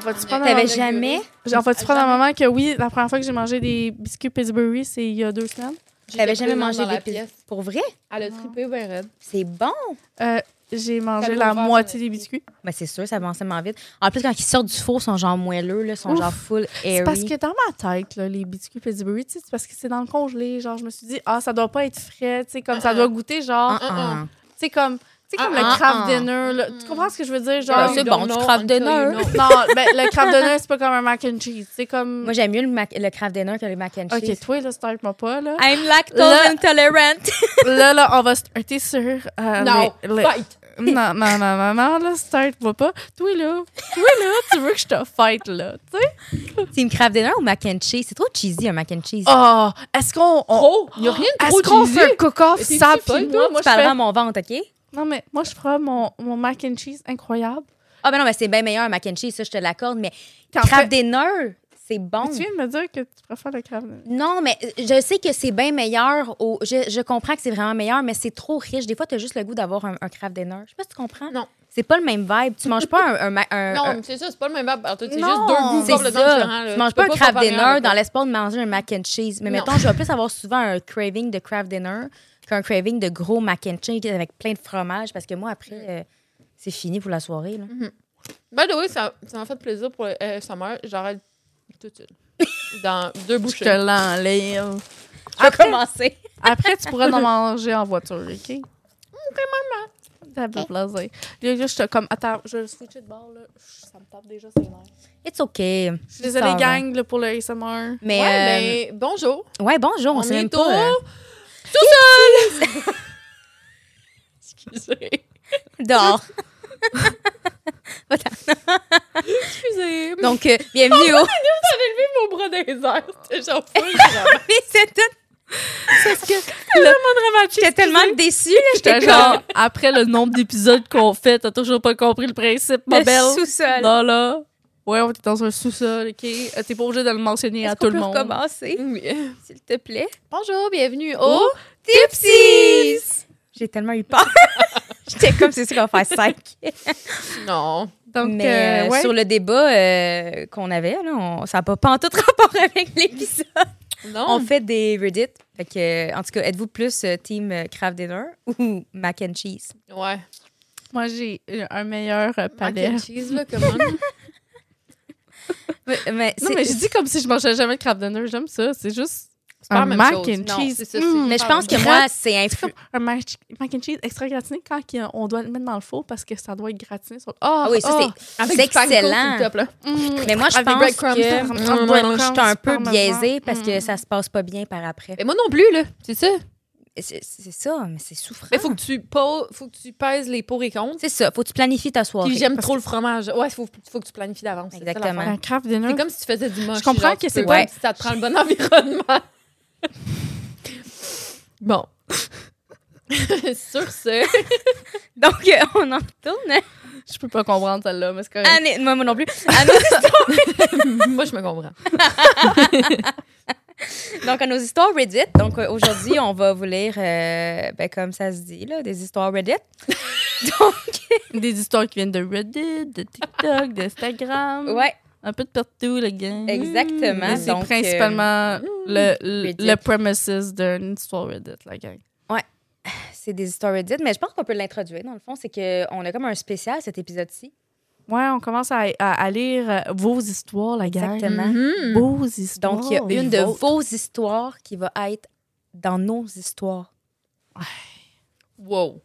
va-tu prendre un T'avais moment... jamais. Genre, va-tu prendre un moment que oui, la première fois que j'ai mangé des biscuits Pillsbury, c'est il y a deux semaines. T'avais jamais J'étais mangé dans la des pizzas. pièce. Pour vrai? Elle a trippé ben, bien raide. C'est bon. Euh, j'ai mangé T'avais la ouvert moitié ton- des biscuits. Ben, c'est sûr, ça avance tellement vite. En plus, quand ils sortent du four, ils sont genre moelleux, là, ils sont Ouf. genre full airy. C'est parce que dans ma tête, là, les biscuits Pillsbury, tu sais, c'est parce que c'est dans le congelé. Genre, je me suis dit, ah, ça doit pas être frais, tu sais, comme ça doit goûter, genre, Ah, ah. tu sais, comme, tu sais, comme Ah, ah, le craft ah. dinner. là. Tu comprends ce que je veux dire? Genre, Ben, c'est bon, du craft dinner. non, ben, le craft dinner, c'est pas comme un mac and cheese. C'est comme. Moi, j'aime mieux le, mac- le craft dinner que le mac and cheese. Ok, toi, là, starte-moi pas, là. I'm lactose Là- intolerant. là, là, on va starter sur. euh, Non, les- les- fight! non, non, non, non, non, là, starte-moi pas. Toi, là, toi, là, tu veux que je te fight, là, tu sais? Team craft dinner ou mac and cheese? C'est trop cheesy, un mac and cheese. Oh, est-ce qu'on. on- Trop! Il n'y a rien de trop Est-ce qu'on cheesy. fait un cook-off, Mais t'es-tu ça, folle, puis toi? moi, moi, tu je fais- parleras à mon ventre, OK? Non, mais moi, je prends mon, mon mac and cheese incroyable. Ah, ben non, ben c'est bien meilleur un mac and cheese, ça, je te l'accorde, mais T'en craft fais- dinner, c'est bon. Mais Tu viens de me dire que tu préfères le crabe. Non, mais euh, je sais que c'est bien meilleur. Au... Je, je comprends que c'est vraiment meilleur, mais c'est trop riche. Des fois, tu as juste le goût d'avoir un, un craft dinner. Je sais pas si tu comprends. Non. C'est pas le même vibe. Tu manges pas un. un, ma- un- Non, un- mais c'est ça, c'est pas le même vibe. partout. C'est juste Non, deux goûts C'est complètement différents. ça. là. Tu manges peux pas un craft comparer rien dinner avec dans l'autre. l'espoir de manger un mac and cheese. Mais Non. mettons, je vais plus avoir souvent un craving de craft dinner qu'un craving de gros mac and cheese avec plein de fromage parce que moi, Mm. après, euh, c'est fini pour la soirée. là. Mm-hmm. By the way, ça ça m'a fait plaisir pour le euh, Summer. J'arrête tout de suite. Dans Je deux bouchées. te l'enlève. Je vais Ah, Après- commencer. Après, tu pourras en manger en voiture, OK? OK, Hum, maman. T'as bien plaisir. Là, là, je te comme... Attends, je vais switcher de bord, là. Ça me tape déjà, c'est nerfs. It's OK. Je Je suis désolée, gang, là, pour le ASMR. Mais, Ouais, euh, mais bonjour. Ouais, bonjour, on, On sait est même au... pas. hein. Tout seul! Excusez. euh, Dehors. Excusez. Donc, Donc, euh, bienvenue au. j'avais levé mon bras dans les airs. C'était genre fou. vraiment. Mais c'est tout. Parce que j'étais tellement déçue. là, J'étais J'étais comme. genre, après le nombre d'épisodes qu'on fait, t'as toujours pas compris le principe, ma belle. Le sous-sol. Non, là. Ouais, on est dans un sous-sol, OK? Euh, T'es pas obligé de le mentionner Est-ce à tout qu'on le peut monde. Mm. recommencer, s'il te plaît? Bonjour, bienvenue au... Oh. Tipsies! J'ai tellement eu peur. J'étais comme, c'est sûr qu'on va faire cinq. Non. Donc, Mais euh, euh, ouais. sur le débat euh, qu'on avait, là, on- ça n'a pas, pas en tout rapport avec l'épisode. Non. On fait des Reddit. Fait que, euh, en tout cas, êtes-vous plus euh, team euh, craft dinner ou mac and cheese? Ouais. Moi, j'ai euh, un meilleur euh, Mac palais. and cheese, là, comment? Mais, mais Non, c'est- mais je dis comme si je mangeais jamais de crab dinner. J'aime ça. C'est juste C'est pas un la même mac chose. and Non, cheese. c'est ça, c'est- Mm. mais je pense que Craft- moi, c'est influ... comme un mac, mac and cheese extra gratiné quand qu'il- on doit le mettre dans le four parce que ça doit être gratiné. Sur... Ah Ah oui, ça, ah, c'est C'est du panko excellent. sur le top, là. mm. Mais moi, je Avec pense breadcrumbs, que ça, Mm, ça, ouais, breadcrumbs, je suis un peu parmesan. biaisée parce que Mm. ça se passe pas bien par après. Mais moi non plus, là. C'est ça. C'est c'est ça, mais c'est souffrant. Mais faut que tu pa- faut que tu pèses les pour et contre. C'est ça, faut que tu planifies ta soirée. Puis j'aime trop le fromage. Ouais, faut faut que tu planifies d'avance. c'est ça, Exactement. l'affaire. un craft dinner. C'est comme si tu faisais du moche. Je comprends genre, que tu c'est peux- pas- ouais, si ça te prend le bon environnement. bon. Sur ce, Donc, euh, on en retourne Je peux pas comprendre celle-là, mais c'est correct. à nos- moi, moi non plus. À nos- moi je me comprends. donc, à nos histoires Reddit. Donc, euh, aujourd'hui, on va vous lire, euh, ben, comme ça se dit, là, des histoires Reddit. donc, Des histoires qui viennent de Reddit, de TikTok, d'Instagram. ouais, Un peu de partout, le gang. Exactement. Mm. Mais c'est Donc, euh, principalement le, le, Reddit. le premises d'une histoire Reddit, la gang. c'est des histoires Reddit, mais je pense qu'on peut l'introduire. Dans le fond, c'est qu'on a comme un spécial cet épisode-ci. Ouais, on commence à, à- à lire euh, vos histoires, la gang. Exactement. Mhm. Beaux histoires. Donc, il y a une Les de vôtres. vos histoires qui va être dans nos histoires. Wow.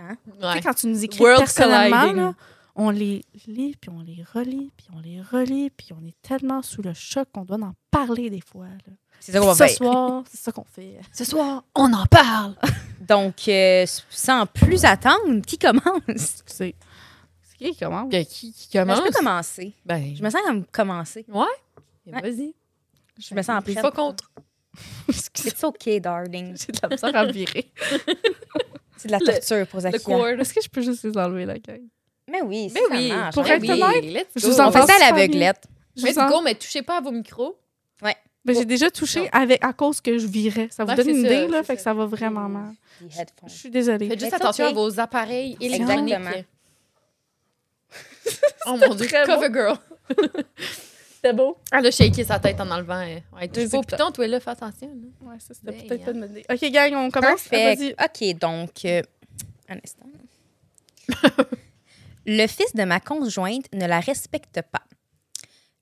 Hein? Tu sais, Ouais. quand tu nous écris World personnellement, colliding. là, on les lit, puis on les relit, puis on les relit, puis on est tellement sous le choc qu'on doit en parler des fois. là. C'est ça qu'on va faire. Ce soir, c'est ça qu'on fait. Ce soir, on en parle. Donc, euh, sans plus attendre, qui commence? C'est c'est qui qui commence? Ben, qui, qui Ben, commence? je peux commencer. Ben, Je me sens comme commencer. Ouais. vas-y. Je me sens Je suis prête. pas contre. Excusez, C'est OK, darling. j'ai de la misère à virer. C'est de la Le- torture pour Le Zakia. cord. Est-ce que je peux juste les enlever, la gang? Mais oui, c'est Ben oui, Pour ben être honnête, oui, let's je go. vous On entends fait ça à super bien. l'aveuglette. Je Mais vous en- go, mais touchez pas à vos micros. Ben, j'ai déjà touché avec, à cause que je virais. Ça vous Ouais, donne c'est une ça, idée, là, c'est fait que ça. ça va vraiment mal. Les Je headphones. suis désolée. Faites juste Mais attention c'est à vos appareils électroniques. Exactement. oh mon dieu, très bon. Cover Girl. C'était beau. Elle a shaké sa tête en enlevant. euh, Ouais, Les touche pas au écouteurs. piton, toi, là, fais attention. là. Ouais, ça, c'était Damn. peut-être pas une bonne idée. OK, gang, on commence. Ah, Parfait. Vas-y. OK, donc, euh, un instant. le fils de ma conjointe ne la respecte pas.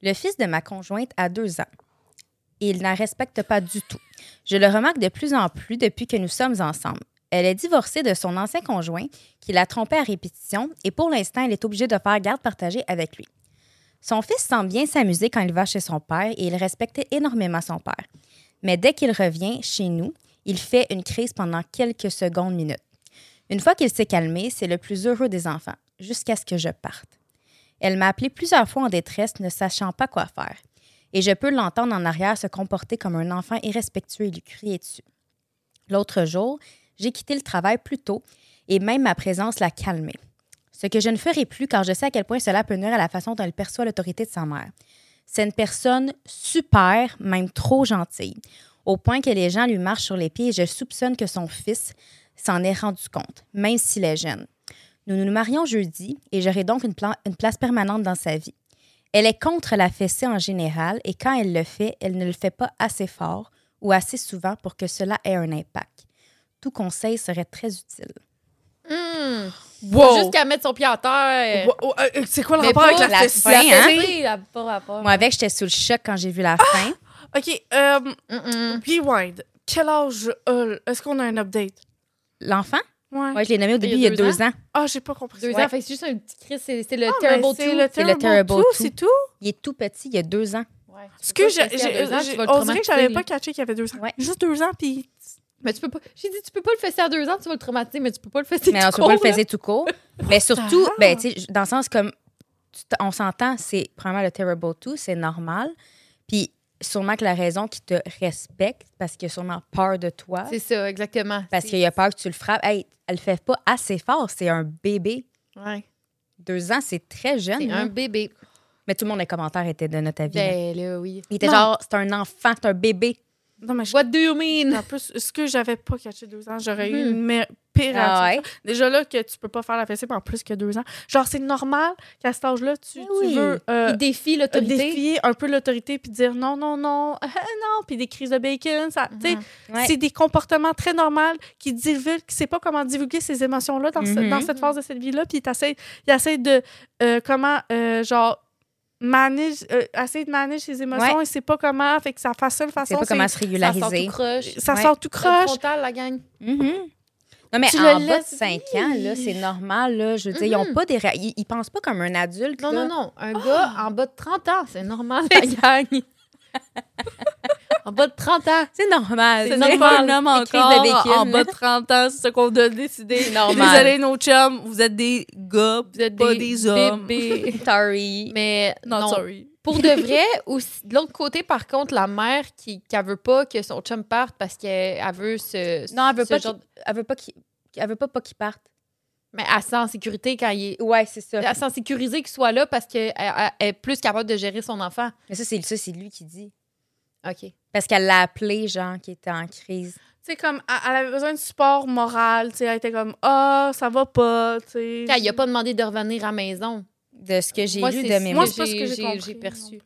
Le fils de ma conjointe a deux ans. Il ne la respecte pas du tout. Je le remarque de plus en plus depuis que nous sommes ensemble. Elle est divorcée de son ancien conjoint qui l'a trompée à répétition et pour l'instant, elle est obligée de faire garde partagée avec lui. Son fils semble bien s'amuser quand il va chez son père et il respectait énormément son père. Mais dès qu'il revient chez nous, il fait une crise pendant quelques secondes, minutes. Une fois qu'il s'est calmé, c'est le plus heureux des enfants, jusqu'à ce que je parte. Elle m'a appelé plusieurs fois en détresse, ne sachant pas quoi faire. Et je peux l'entendre en arrière se comporter comme un enfant irrespectueux et lui crier dessus. L'autre jour, j'ai quitté le travail plus tôt et même ma présence l'a calmé. Ce que je ne ferai plus car je sais à quel point cela peut nuire à la façon dont elle perçoit l'autorité de sa mère. C'est une personne super, même trop gentille au point que les gens lui marchent sur les pieds et je soupçonne que son fils s'en est rendu compte, même s'il est jeune. Nous nous marions jeudi et j'aurai donc une, plan- une place permanente dans sa vie. Elle est contre la fessée en général et quand elle le fait, elle ne le fait pas assez fort ou assez souvent pour que cela ait un impact. Tout conseil serait très utile. Hum, Hmm. Wow. Jusqu'à mettre son pied à terre. Wow, oh, euh, C'est quoi le Mais rapport pas avec la, la fessée? fin, hein? Oui, là, pas rapport. Moi, avec, j'étais sous le choc quand j'ai vu la fin. OK, euh, Mm. Mm-mm. rewind. Quel âge euh, Est-ce qu'on a un update? L'enfant? Ouais. Oui, je l'ai nommé au début il y a deux, ans. Ah, j'ai pas compris. Deux Ouais. ans, fait que c'est juste un petit cri, c'est c'est le Ah, ben, terrible c'est two. le C'est le terrible, terrible two, two. c'est tout. Il est tout petit, il y a deux ans. Ouais, tu Ce peux que pas j'ai, le laisser à j'ai- deux ans, j'ai- tu vas le on dirait que j'avais traumatiser. pas catché qu'il y avait deux ans. Ouais. Juste deux ans, puis Mais tu peux pas. J'ai dit, tu peux pas le fesser à deux ans, tu vas le traumatiser, mais tu peux pas le fesser. Mais on ne tout peut pas le court, là. Ah. fesser tout court. Mais surtout, va? ben, tu sais, dans le sens comme tu t- on s'entend, c'est probablement le terrible tout, c'est normal. Puis sûrement que la raison qu'il te respecte, parce qu'il a sûrement peur de toi, C'est ça, exactement. parce C'est- qu'il a peur que tu le frappes. Hey, elle le fait pas assez fort, c'est un bébé. Ouais. Deux ans, c'est très jeune. C'est un hein. bébé. Mais tout le monde, les commentaires étaient de notre avis. là. Ben là, oui. Il était Non. genre, c'est un enfant, c'est un bébé. Non, mais je. What do you mean? En plus, ce que j'avais pas catché deux ans, j'aurais eu Mhm. une me- pire Hmm. Ah réaction. ouais. Déjà là, que tu peux pas faire la fessée pendant plus que deux ans. Genre, c'est normal qu'à cet âge-là, tu, Mais tu Ben oui. veux euh, Il défie l'autorité. défier un peu l'autorité puis dire non, non, non, euh, non, puis des crises de bacon. Ça, tu sais, Mhm. Ouais. C'est des comportements très normaux qui divulguent, qui ne sait pas comment divulguer ces émotions-là dans, ce- Mhm. dans cette phase de cette vie-là. Puis il essaie, il essaie de, euh, comment, euh, genre, manage, euh, essayer de manager ses émotions. Il ne sait pas comment. Fait que sa fa- seule Il sait façon, pas c'est... comment se Ça sort régulariser. tout croche. ça ouais. sort tout Top croche. frontal, la gang. Mhm. Non, mais Tu en le bas de laisses Mm-hmm. 5 ans, là, c'est normal. Là, je veux dire, ils Mhm. ont pas des... réa- Ils, ils pensent pas comme un adulte. Non, là. non, non. Un gars en bas de 30 ans, Ah. c'est normal, la gang. en bas de 30 ans. C'est normal. C'est C'est normal. un homme Des crises encore de béquine, en bas de là. 30 ans, c'est ce qu'on a décidé. normal. Désolé, nos chums, vous êtes des gars, Vous êtes pas des, des, hommes. bébés. Sorry. Mais Non, non, sorry. pour de vrai, ou si- de l'autre côté, par contre, la mère qui ne veut pas que son chum parte parce qu'elle elle veut ce. Non, elle veut ce pas genre de- Elle veut pas qu'il elle veut pas, pas qu'il parte. Mais elle se sent en sécurité quand il est. Ouais, c'est ça. Ah. Elle se sent sécurisée qu'il soit là parce qu'elle elle- elle est plus capable de gérer son enfant. Mais ça, c'est ça, c'est lui qui dit. OK. Parce qu'elle l'a appelé, genre, qui était en crise. Tu sais, comme, elle- elle avait besoin de support moral. Tu sais, elle était comme, ah, ça va pas. Tu sais, Quand il n'a pas demandé de revenir à la maison. De ce que j'ai Moi, lu c'est- de mes Moi, mots. c'est pas ce que j'ai j'ai- compris. j'ai perçu.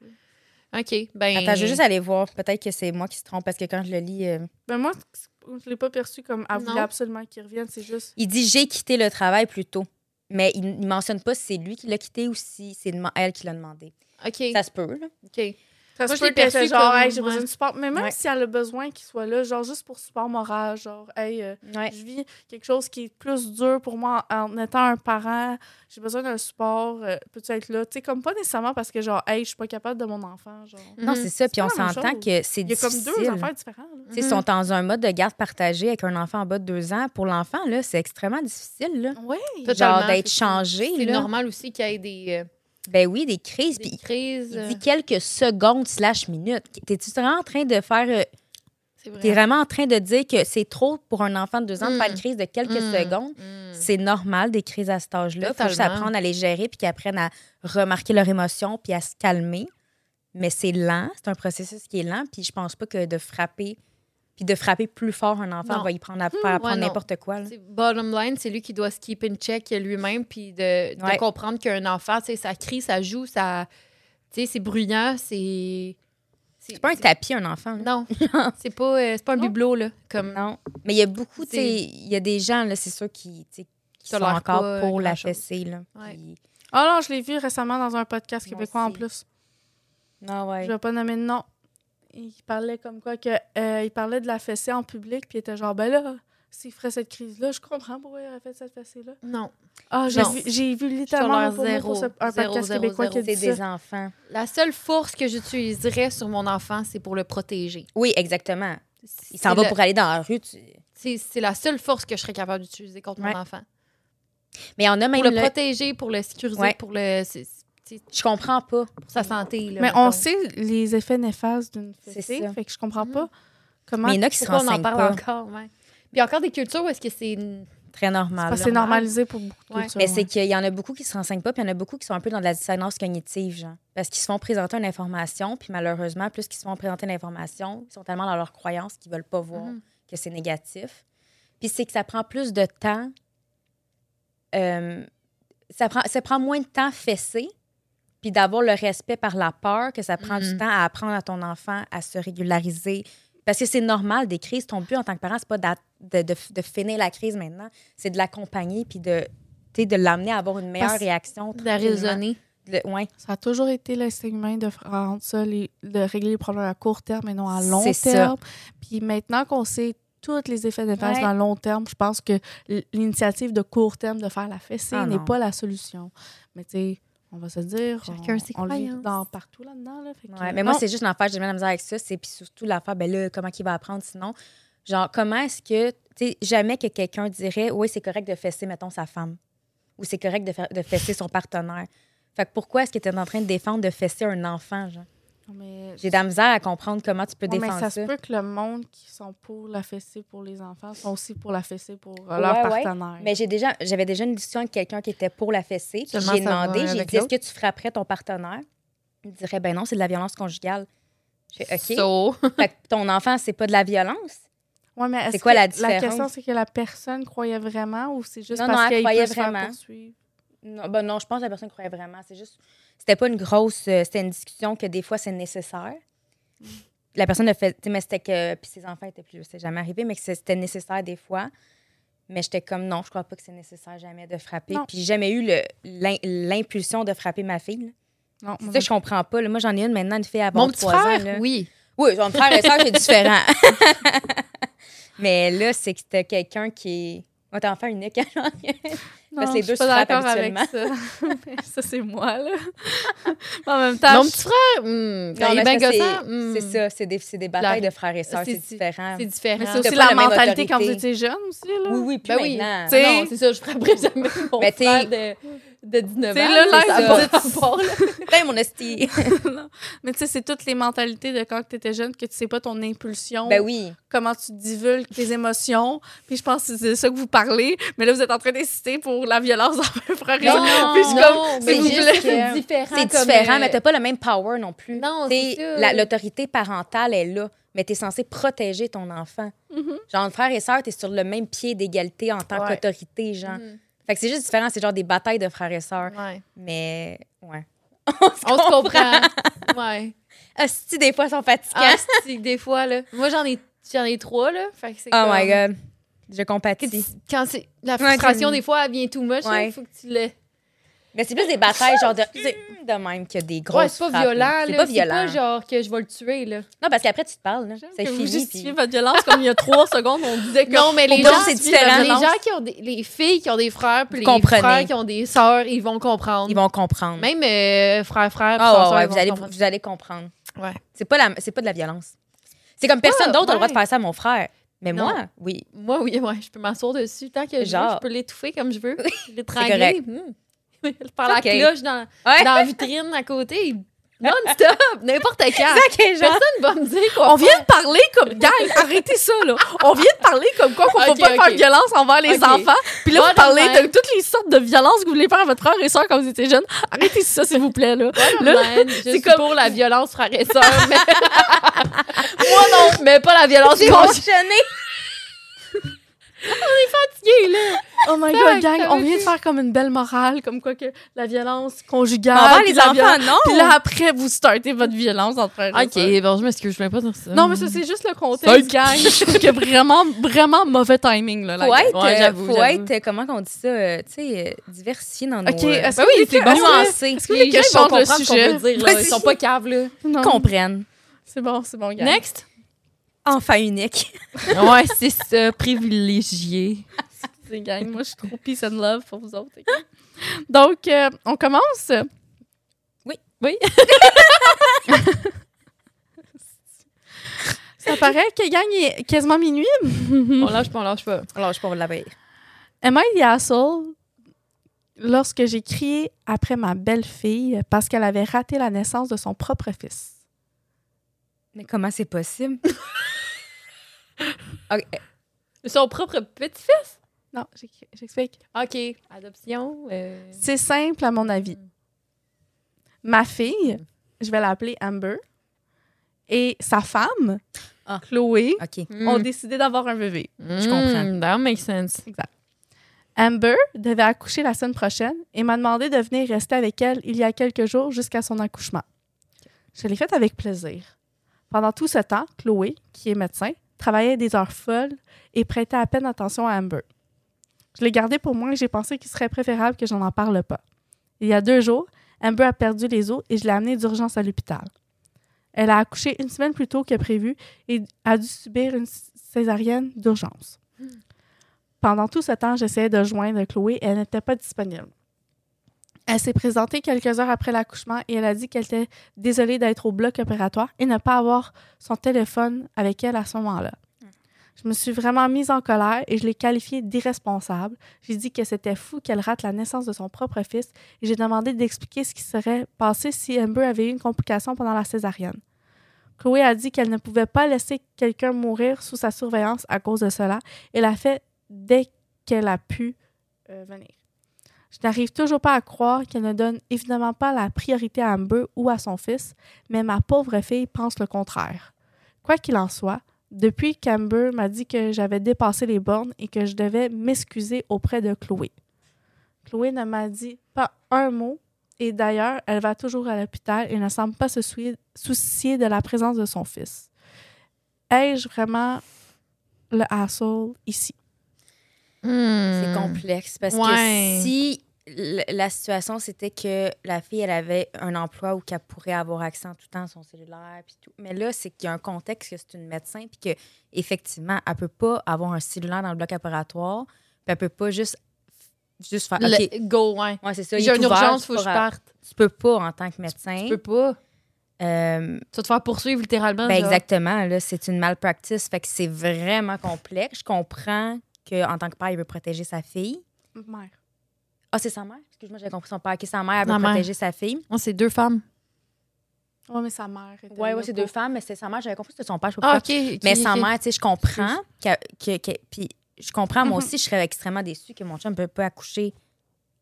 non plus. OK. Ben. Attends, je vais juste aller voir. Peut-être que c'est moi qui se trompe parce que quand je le lis, euh, Ben moi, c'est- je l'ai pas perçu comme elle voulait Non. absolument qu'il revienne. C'est juste. il dit j'ai quitté le travail plus tôt. Mais il, il mentionne pas si c'est lui qui l'a quitté ou si c'est dem- elle qui l'a demandé. ben, OK. Ça se peut, là. OK. Ça Moi, se je l'ai peut qu'elle perçu fait genre, comme, hey, j'ai ouais. besoin de support. Mais même Ouais. si elle a besoin qu'il soit là, genre juste pour support moral, genre, hey, euh, Ouais. je vis quelque chose qui est plus dur pour moi en, en étant un parent, j'ai besoin d'un support, euh, peux-tu être là? Tu sais, comme pas nécessairement parce que genre, hey, je suis pas capable de mon enfant. Genre. Non, c'est ça. Puis Mhm. pas on la même s'entend chose. que c'est Il y a comme difficile. deux affaires Mhm. différentes. là. Tu sais, sont dans un mode de garde partagée avec un enfant en bas de deux ans. Pour l'enfant, là, c'est extrêmement difficile, là. Ouais. Genre d'être changé, C'est là. normal aussi qu'il y ait des, euh, Ben oui, des crises. des Puis crises. euh. il dit quelques secondes slash minutes. T'es-tu vraiment en train de faire... euh, C'est T'es vrai. vraiment en train de dire que c'est trop pour un enfant de deux ans de Mm. faire une crise de quelques Mm. secondes? Mm. C'est normal, des crises à cet âge-là. Faut juste Totalement. apprendre à les gérer puis qu'ils apprennent à remarquer leurs émotions puis à se calmer. Mais c'est lent. C'est un processus qui est lent. Puis je pense pas que de frapper... Puis de frapper plus fort un enfant Non. Hmm, va y prendre à faire apprendre non. n'importe quoi. là. C'est- Bottom line, c'est lui qui doit se keep in check lui-même, puis de, de Ouais. comprendre qu'un enfant, tu sais, ça crie, ça joue, ça. Tu sais, c'est bruyant, c'est. C'est pas un tapis, un enfant. là. Non, c'est pas, euh, c'est pas un Non. bibelot, là. Comme... Non. Mais il y a beaucoup, tu sais, C'est- il y a des gens, là, c'est sûr, qui, tu sais, qui sont Tolèrent encore pas pour la grand-chose. fessée, là. Ouais. Puis- Ah non, je l'ai vu récemment dans un podcast Moi québécois en aussi. plus. Non, ouais. Je vais pas nommer de nom. Il parlait comme quoi que euh, il parlait de la fessée en public, puis il était genre ben là, s'il ferait cette crise-là, je comprends pourquoi il aurait fait cette fessée-là. Non. Ah, j'ai Non. vu, j'ai vu littéralement leur mot pour mot pour zéro. ce- un Zéro, podcast zéro, québécois zéro. qui C'est dit des ça. enfants. La seule force que j'utiliserais sur mon enfant, c'est pour le protéger. Oui, exactement. Il C'est s'en va le- pour aller dans la rue. tu- C'est c'est la seule force que je serais capable d'utiliser contre Ouais. mon enfant. Mais on a même Pour le là- protéger, pour le sécuriser, Ouais. pour, le, c'est- c'est- Je comprends pas. pour sa santé. là, Mais mettons. on sait les effets néfastes d'une C'est fessée, ça. fait que je comprends Mhm. pas comment. Mais il y en a qui se Pourquoi on en renseignent parle pas. encore, ouais. Puis encore des cultures où est-ce que c'est... une- Très normal. Parce que c'est normal. normalisé pour beaucoup de Ouais. cultures. Mais ouais. c'est qu'il y en a beaucoup qui se renseignent pas, puis il y en a beaucoup qui sont un peu dans de la dissonance cognitive, genre. Parce qu'ils se font présenter une information, puis malheureusement, plus qu'ils se font présenter l'information, ils sont tellement dans leurs croyances qu'ils veulent pas voir Mhm. que c'est négatif. Puis c'est que ça prend plus de temps. euh, ça, prend, ça prend moins de temps fessé, puis d'avoir le respect par la peur, que ça prend du Mhm. temps à apprendre à ton enfant à se régulariser. Parce que c'est normal des crises. Ton but en tant que parent, c'est pas d'a- de, de, de finir la crise maintenant, c'est de l'accompagner puis de, tu sais, de l'amener à avoir une meilleure Parce- réaction. de la raisonner. tranquillement. Le- ouais, Ça a toujours été l'instinct humain de rendre ça, les- de régler les problèmes à court terme et non à long C'est ça. terme. Puis maintenant qu'on sait tous les effets néfastes Ouais. dans le long terme, je pense que l- l'initiative de court terme de faire la fessée Ah n'est non. pas la solution. Mais tu sais, on va se dire, Chacun on, ses on le vit croyances. dans partout là-dedans. là, fait que- ouais. Mais moi, Non, c'est juste l'affaire, j'ai bien la misère avec ça. C'est puis surtout l'affaire, ben là, comment qu'il va apprendre sinon? Genre, comment est-ce que, tu sais, jamais que quelqu'un dirait, oui, c'est correct de fesser, mettons, sa femme. Ou c'est correct de, fa- de fesser son partenaire. Fait que pourquoi est-ce que tu es en train de défendre de fesser un enfant, genre? mais- J'ai de la misère à comprendre comment tu peux Ouais, mais défendre ça ça. se peut que le monde qui sont pour la fessée pour les enfants sont aussi pour la fessée pour euh, Ouais, leur ouais. partenaire. Mais j'ai déjà, j'avais déjà une discussion avec quelqu'un qui était pour la fessée. puis Seulement J'ai ça va demandé, j'ai avec dit, est-ce l'autre. que tu frapperais ton partenaire? Il me dirait, ben non, c'est de la violence conjugale. Je fais, Euh, OK. So, Fait que ton enfant, c'est pas de la violence? Ouais, mais est-ce C'est quoi que la La différence? question, c'est que la personne croyait vraiment ou c'est juste Non, non, parce elle qu'elle croyait peut se faire vraiment. poursuivre? Non, ben non, je pense que la personne croyait vraiment. C'est juste, c'était pas une grosse, euh, c'était une discussion que des fois c'est nécessaire. La personne a fait, tu sais, mais c'était que, puis ses enfants étaient plus, vieux, c'est jamais arrivé, mais que c'est- c'était nécessaire des fois. Mais j'étais comme non, je crois pas que c'est nécessaire jamais de frapper. Non. Puis j'ai jamais eu le- l'im- l'impulsion de frapper ma fille. là. Non, C'est moi ça que je comprends pas. là. Moi, j'en ai une maintenant, une fille avant mon petit 3 ans. là. frère, oui. Oui, mon frère et soeur, c'est différent. mais là, c'est que c'était quelqu'un qui. Moi, t'es enfant unique. hein? Parce que les je deux suis se pas frappent d'accord avec ça. ça, c'est moi, là. en même temps, Mon je- petit frère, hmm, quand Non, il est mais bien ça, gossant, c'est- hmm, C'est ça, c'est des, c'est des batailles La- de frères et sœurs, c'est- c'est différent. C'est différent. mais c'est aussi T'as pas la la même mentalité quand vous autorité. étiez jeune aussi, là. Oui, oui, puis Ben oui, maintenant. tu sais, Ah non, c'est ça, je frapperais jamais mon Mais t'es- frère de, de 19 ans. T'sais, là, l'air c'est ça. de Pas dire- rapport, là. Putain, mon hostie. Non. Mais tu sais, c'est toutes les mentalités de quand tu étais jeune que tu sais pas ton impulsion, ben oui. comment tu divulgues tes émotions. Puis je pense que c'est de ça que vous parlez. Mais là, vous êtes en train d'insister pour la violence envers frère et sœur. Puis je suis comme, non, c'est mais juste juste que- c'est différent. C'est comme, différent, euh, mais t'as pas le même power non plus. Non, T'sais, c'est ça. la- L'autorité parentale est là, mais t'es censé protéger ton enfant. Mhm. Genre, frère et sœur, t'es sur le même pied d'égalité en tant Ouais. qu'autorité, genre. Mhm. Fait que c'est juste différent, c'est genre des batailles de frères et sœurs. Ouais. Mais, ouais. On se comprend. ouais. Hostie, des fois, ils sont fatigants. Ah, c'est des fois, là. Moi, j'en ai, j'en ai trois, là. Fait que c'est oh comme- my God. Je que tu- compatis. Quand c'est la Ouais, frustration, comme- des fois, elle vient too much. là, Ouais. Il faut que tu le. Mais c'est plus des batailles genre de, c'est de même que des grosses Ouais, c'est pas frappes, violent, là. là. C'est pas violent. genre que je vais le tuer, là. Non, parce qu'après, tu te parles. là. J'aime C'est que fini. Vous justifiez puis- votre violence comme il y a trois secondes, on disait que. Non, mais les Pour gens, nous, c'est justifie différent. la les violence. gens qui ont des. Les filles qui ont des frères, puis Vous les comprenez. frères qui ont des sœurs, ils vont comprendre. Ils vont comprendre. Même euh, frère, frère, Ah, sœur, ouais, sœur, ouais, ils vous, vont allez, comprendre. vous allez comprendre. Ouais. C'est pas, la- c'est pas de la violence. C'est comme personne pas- d'autre a le droit de ouais. faire ça à mon frère. Mais Non. moi, oui. Moi, oui, ouais, je peux m'asseoir dessus tant que je Genre. veux. Je peux l'étouffer comme je veux. correct. L'étrangler. hmm. Par la Ok. cloche dans, Ouais. dans la vitrine à côté. Non-stop, n'importe quand. Ok, genre. Personne va me dire quoi. On vient de parler comme. Gang, arrêtez ça, là. On vient de parler comme quoi qu'on ne Ok, pas ok. faire violence envers les Ok. enfants. Puis là, Pas vous de parlez de même. toutes les sortes de violences que vous voulez faire à votre frère et soeur quand vous étiez jeune. Arrêtez ça, s'il vous plaît, là. Là, Là, je suis comme- pour la violence frère et sœur. mais- Moi non, mais pas la violence J'ai conjugale. enchaîné. fatigué, là. Oh my Ça, god, gang, ça on veut vient de dire- faire comme une belle morale, comme quoi que la violence conjugale. Envers Ah, puis les la violence- enfants, non! Puis là, après, vous startez votre violence entre frères et sœurs. bon, je m'excuse, je ne pas dans ça. Non, mais ça, c'est juste le Cinq. contexte, gang. Je trouve que vraiment, vraiment mauvais timing, là. la Faut gang. être, Ouais, euh, j'avoue, faut j'avoue. être, euh, comment qu'on dit ça, euh, tu sais, euh, diversifié dans nos... Ok, euh, est-ce Ben que oui, les c'est que- est-ce bon, hein. que- nuancé. Est-ce que vous voulez que je change le sujet? dire, là. Ils sont pas caves, là. Non. comprennent. C'est bon, c'est bon, gang. Next. Enfant unique. ouais, c'est ça, privilégié. C'est gang. Moi, je suis trop peace and love pour vous autres. ok? Donc, euh, on commence. Oui. Oui. Ça paraît que gang il est quasiment minuit. Hmm. On lâche pas, on lâche pas. Alors, je peux la payer. Am I the asshole lorsque j'ai crié après ma belle-fille parce qu'elle avait raté la naissance de son propre fils? Mais comment c'est possible? Ok, euh, Son propre petit-fils? Non, j'ai- j'explique. OK. Adoption. euh, C'est simple, à mon avis. Ma fille, je vais l'appeler Amber, et sa femme, Ah. Chloé, OK. ont décidé d'avoir un bébé. Je Hmm, comprends. That makes sense. Amber devait accoucher la semaine prochaine et m'a demandé de venir rester avec elle il y a quelques jours jusqu'à son accouchement. Je l'ai fait avec plaisir. Pendant tout ce temps, Chloé, qui est médecin, travaillait des heures folles et prêtait à peine attention à Amber. Je l'ai gardée pour moi et j'ai pensé qu'il serait préférable que je n'en parle pas. Il y a deux jours, Amber a perdu les os et je l'ai amenée d'urgence à l'hôpital. Elle a accouché une semaine plus tôt que prévu et a dû subir une césarienne d'urgence. Pendant tout ce temps, j'essayais de joindre Chloé et elle n'était pas disponible. Elle s'est présentée quelques heures après l'accouchement et elle a dit qu'elle était désolée d'être au bloc opératoire et ne pas avoir son téléphone avec elle à ce moment-là. Je me suis vraiment mise en colère et je l'ai qualifiée d'irresponsable. J'ai dit que c'était fou qu'elle rate la naissance de son propre fils et j'ai demandé d'expliquer ce qui serait passé si Amber avait eu une complication pendant la césarienne. Chloé a dit qu'elle ne pouvait pas laisser quelqu'un mourir sous sa surveillance à cause de cela et l'a fait dès qu'elle a pu euh, venir. Je n'arrive toujours pas à croire qu'elle ne donne évidemment pas la priorité à Amber ou à son fils, mais ma pauvre fille pense le contraire. Quoi qu'il en soit, depuis qu'Amber m'a dit que j'avais dépassé les bornes et que je devais m'excuser auprès de Chloé. Chloé ne m'a dit pas un mot et d'ailleurs, elle va toujours à l'hôpital et ne semble pas se souiller- soucier de la présence de son fils. Ai-je vraiment le asshole ici? Hmm. Hmm. C'est complexe parce Ouais. que si l- la situation c'était que la fille elle avait un emploi où qu'elle pourrait avoir accès en tout temps à son cellulaire puis tout mais là c'est qu'il y a un contexte que c'est une médecin puis que effectivement elle peut pas avoir un cellulaire dans le bloc opératoire puis elle peut pas juste juste faire Le- OK Go, ouais. ouais c'est ça il J'ai est une ouvert, urgence, tu faut que je pourras- parte. tu peux pas en tant que médecin Tu peux pas. Ah, Euh, Tu vas te faire poursuivre littéralement. ben genre. exactement là c'est une malpractice fait que c'est vraiment complexe je comprends que en tant que père il veut protéger sa fille mère. Ah, c'est sa mère? Excuse-moi, j'avais compris son père. OK, sa mère, elle Sa veut mère. protéger sa fille. Oh, c'est deux femmes. Ouais, mais sa mère. était Oui, là oui, c'est pour- deux femmes, mais c'est sa mère. J'avais compris que c'était son père, je sais pas Ah, pourquoi. OK. ok, Mais ok. sa mère, tu sais, je comprends. qu'elle- que, que- puis je comprends, Mhm. moi aussi, je serais extrêmement déçue que mon chum ne peut pas accoucher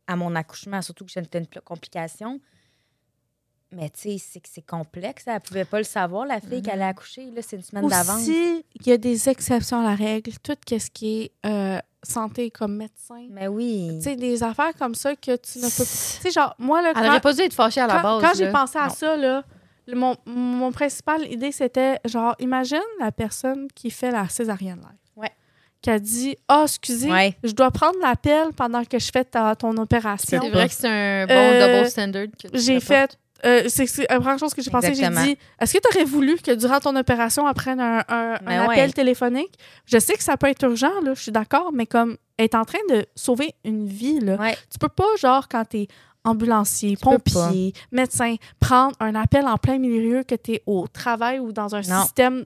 à mon accouchement, surtout que j'étais une pl- complication. Mais tu sais, c'est que c'est complexe. Elle ne pouvait pas le savoir, la fille, qu'elle allait accoucher. Là, c'est une semaine d'avance. Mhm. Aussi, il y a des exceptions à la règle. Tout ce qui est euh, santé comme médecin. Mais oui. Tu sais, des affaires comme ça que tu ne peux pas. Tu Elle sais, genre, moi, là, aurait quand, pas dû être fâchée à la quand- base. quand j'ai là. pensé à Non. ça, là, le- mon, mon principal idée, c'était genre, imagine la personne qui fait la césarienne là. Ouais. Qui a dit Ah, excusez, Ouais. je dois prendre l'appel pendant que je fais ta- ton C'est opération. vrai que c'est un bon Euh, double standard. que tu j'ai rapportes. fait- Euh, c'est c'est la première chose que j'ai pensé. J'ai Exactement. dit Est-ce que tu aurais voulu que durant ton opération, elle prenne un, un- un Ben appel ouais. téléphonique Je sais que ça peut être urgent, là, je suis d'accord, mais comme elle est en train de sauver une vie, là, Ouais. tu peux pas, genre, quand tu es ambulancier, peux pompier, médecin, prendre un appel en plein milieu que tu es au travail ou dans un Non. système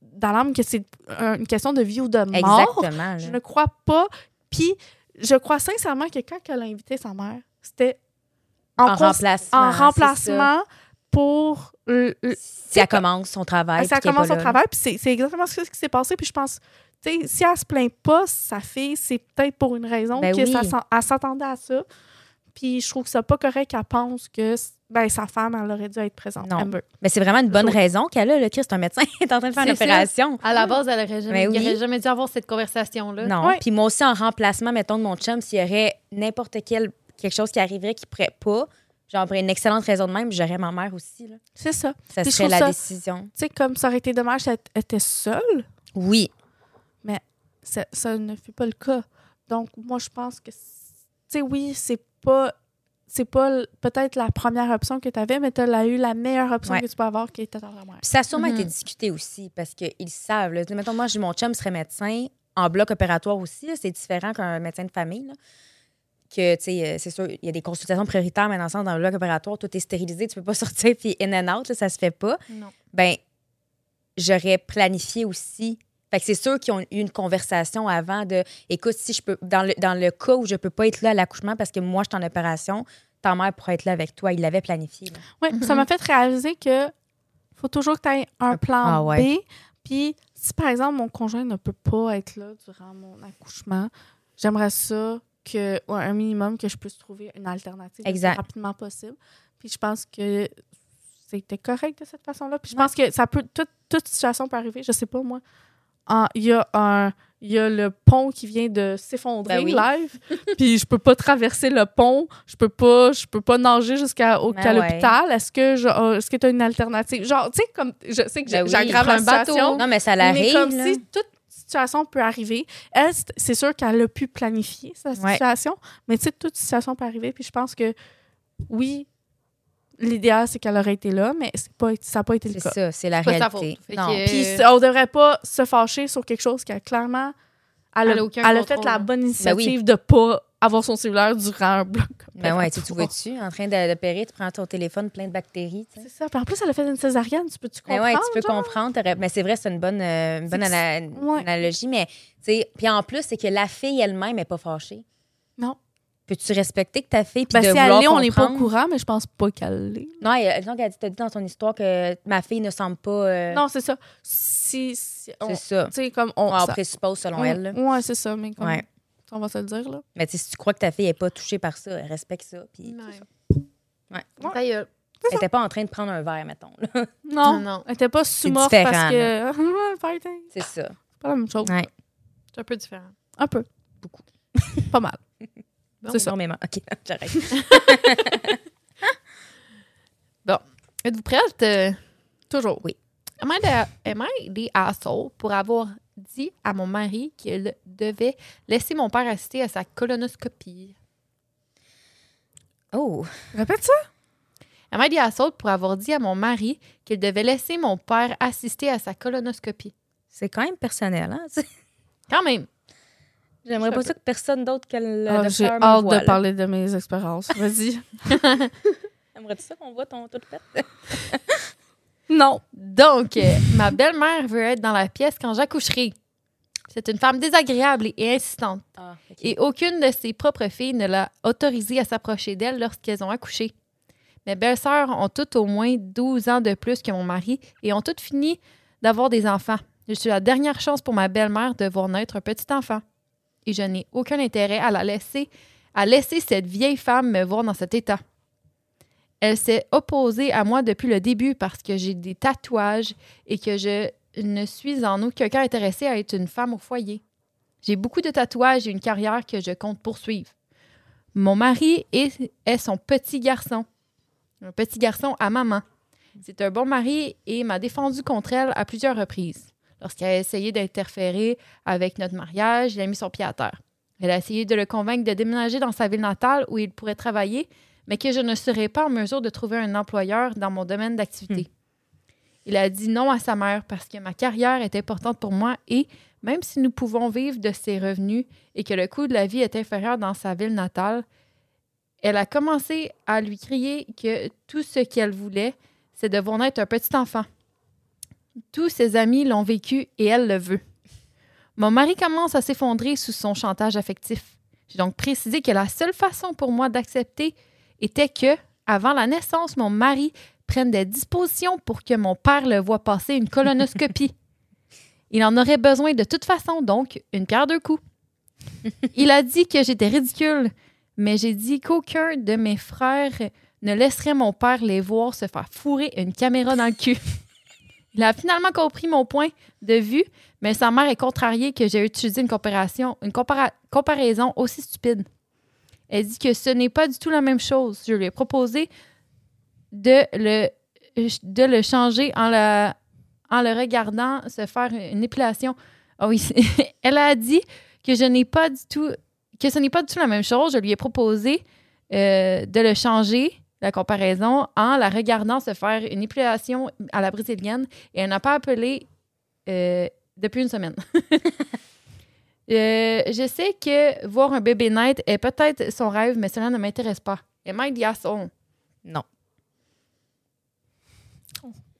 d'alarme, que c'est euh, une question de vie ou de mort. Exactement. Je là. ne crois pas. Puis, je crois sincèrement que quand elle a invité sa mère, c'était En cons- remplacement. en c'est ça. remplacement pour. le- le- Si elle commence son travail. ça puis qu'elle est commence pas son là. travail, puis c'est- c'est exactement ce qui s'est passé. Puis je pense, tu sais, si elle se plaint pas, sa fille, c'est peut-être pour une raison Ben que oui. ça s'en- elle s'attendait à ça. Puis je trouve ça pas correct qu'elle pense que ben, sa femme, elle aurait dû être présente. Non. Amber. Mais c'est vraiment une bonne Oui. raison qu'elle a. Le Christ, un médecin est en train de faire une C'est ça. opération. À la base, elle aurait jamais, Mais Ben oui. il aurait jamais dû avoir cette conversation-là. Non. Ouais. Puis moi aussi, en remplacement, mettons, de mon chum, s'il y aurait n'importe quel quelque chose qui arriverait qui pourrait pas, genre pour une excellente raison de même, j'aurais ma mère aussi. Là. C'est ça. Tu Ça Puis je serait trouve la ça- décision. sais, comme ça aurait été dommage si elle était seule, Oui. ça, ça ne fut pas le cas. Donc, moi, je pense que, c'est- tu sais, oui, c'est pas. C'est pas l- peut-être la première option que tu avais, mais tu as eu la meilleure option Ouais. que tu peux avoir qui était dans la mère. Puis ça a sûrement Mhm. été discuté aussi parce qu'ils savent. Là. Tu sais, Mettons, moi, j'ai- mon chum serait médecin en bloc opératoire aussi. là. C'est différent qu'un médecin de famille. là. Que, tu sais, euh, c'est sûr, il y a des consultations prioritaires, mais dans le sens, dans le bloc opératoire, tout est stérilisé, tu peux pas sortir puis in and out, là, ça se fait pas. Non. Ben, j'aurais planifié aussi. Fait que c'est sûr qu'ils ont eu une conversation avant de écoute, si je peux, dans le, dans le cas où je peux pas être là à l'accouchement parce que moi, je suis en opération, ta mère pourrait être là avec toi. Il l'avait planifié. là. Oui, puis ça m'a fait réaliser que faut toujours que tu aies un plan Mm-hmm. Ah ouais. B. Puis si par exemple mon conjoint ne peut pas être là durant mon accouchement, j'aimerais ça que ou un minimum que je puisse trouver une alternative le plus Exact. rapidement possible. Puis je pense que c'était correct de cette façon-là. Puis je pense que ça peut toute, toute situation peut arriver, je sais pas moi. En- Il y a un il y a le pont qui vient de s'effondrer Ben oui. live, puis je peux pas traverser le pont, je peux pas je peux pas nager jusqu'à au- Ben qu'à ouais. l'hôpital, est-ce que je- euh, est-ce que tu as une alternative Genre tu sais comme je sais que j'ai- Ben oui, j'aggrave prends la un bateau. situation, Non, mais ça mais l'arrive. comme là. si toute situation peut arriver. Elle c'est- c'est sûr qu'elle a pu planifier sa Ouais. situation, mais tu sais toute situation peut arriver puis je pense que oui l'idéal c'est qu'elle aurait été là mais c'est pas ça n'a pas été le C'est cas. ça, c'est la C'est pas sa réalité. faute. Fait Non. que- euh, Puis ça- on devrait pas se fâcher sur quelque chose qui a clairement. Elle a, Elle a aucun elle a fait contrôle. la bonne Ben oui. initiative de pas avoir son cellulaire durant un bloc. Ben ouais, tu, tu opératoire. vois-tu, en train de- d'opérer, tu prends ton téléphone plein de bactéries. tu sais. C'est ça. Puis en plus, elle a fait une césarienne, tu peux-tu Ben comprendre? ouais, tu peux genre? comprendre. t'aurais- Mais c'est vrai, c'est une bonne, euh, une C'est bonne que ana- ouais. analogie. Mais, tu sais, puis en plus, c'est que la fille elle-même n'est pas fâchée. Non. Peux-tu respecter que ta fille, Ben, puis de si vouloir elle l'est, on n'est pas au comprendre? courant, mais je pense pas qu'elle l'est. Non, elle, donc, elle dit, t'as dit dans ton histoire que ma fille ne semble pas... euh, Non, c'est ça. Si. si on- C'est tu ça. sais, comme on. Ouais, on ça- présuppose selon on- elle. là. Ouais, c'est ça, mais comme. Ouais. On va se le dire, là. Mais tu sais, si tu crois que ta fille n'est pas touchée par ça, elle respecte ça. Puis Ouais. Ouais. Ta gueule. elle n'était pas en train de prendre un verre, mettons. là. Non. Non, non. Elle était pas sous C'est morte différent, parce que. Party. C'est ça. C'est pas la même chose. Ouais. C'est un peu différent. Un peu. Beaucoup. pas mal. Bon, C'est ça. Énormément. OK, j'arrête. Êtes-vous prête? euh, Toujours. Oui. Am I, the, am I the asshole pour avoir dit à mon mari qu'il devait laisser mon père assister à sa colonoscopie? Oh, Répète ça. Am I the asshole pour avoir dit à mon mari qu'il devait laisser mon père assister à sa colonoscopie? c'est quand même personnel. Hein? Quand même. J'aimerais Ça pas ça que personne d'autre euh, que le Ah, docteur J'ai me hâte voie, de là. parler de mes expériences. Vas-y. Aimerais-tu ça qu'on voit ton tout pète? non. Donc, euh, ma belle-mère veut être dans la pièce quand j'accoucherai. C'est une femme désagréable et- et insistante. Ah, et aucune de ses propres filles ne l'a autorisée à s'approcher d'elle lorsqu'elles ont accouché. Mes belles-sœurs ont toutes au moins 12 ans de plus que mon mari et ont toutes fini d'avoir des enfants. Je suis la dernière chance pour ma belle-mère de voir naître un petit enfant. Et je n'ai aucun intérêt à la laisser, à laisser cette vieille femme me voir dans cet état. Elle s'est opposée à moi depuis le début parce que j'ai des tatouages et que je ne suis en aucun cas intéressée à être une femme au foyer. J'ai beaucoup de tatouages et une carrière que je compte poursuivre. Mon mari est, est son petit garçon. Un petit garçon à maman. C'est un bon mari et m'a défendu contre elle à plusieurs reprises. Lorsqu'elle a essayé d'interférer avec notre mariage, il a mis son pied à terre. Elle a essayé de le convaincre de déménager dans sa ville natale où il pourrait travailler, mais que je ne serais pas en mesure de trouver un employeur dans mon domaine d'activité. Il a dit non à sa mère parce que ma carrière est importante pour moi et même si nous pouvons vivre de ses revenus et que le coût de la vie est inférieur dans sa ville natale, elle a commencé à lui crier que tout ce qu'elle voulait, c'est de voir naître un petit enfant. Tous ses amis l'ont vécu et elle le veut. Mon mari commence à s'effondrer sous son chantage affectif. J'ai donc précisé que la seule façon pour moi d'accepter était que, avant la naissance, mon mari prenne des dispositions pour que mon père le voie passer une colonoscopie. Il en aurait besoin de toute façon, donc une pierre deux coups. Il a dit que j'étais ridicule, mais j'ai dit qu'aucun de mes frères ne laisserait mon père les voir se faire fourrer une caméra dans le cul. Il a finalement compris mon point de vue, mais sa mère est contrariée que j'ai utilisé une, comparaison, une compara- comparaison aussi stupide. Elle dit que ce n'est pas du tout la même chose. Je lui ai proposé de le, de le changer en, la, en le regardant se faire une épilation. Ah oui, c'est- elle a dit que je n'ai pas du tout que ce n'est pas du tout la même chose. Je lui ai proposé euh, de le changer, la comparaison, en la regardant se faire une épilation à la brésilienne et elle n'a pas appelé euh, depuis une semaine. Euh, je sais que voir un bébé naître est peut-être son rêve, mais cela ne m'intéresse pas. Am I the asshole? Non.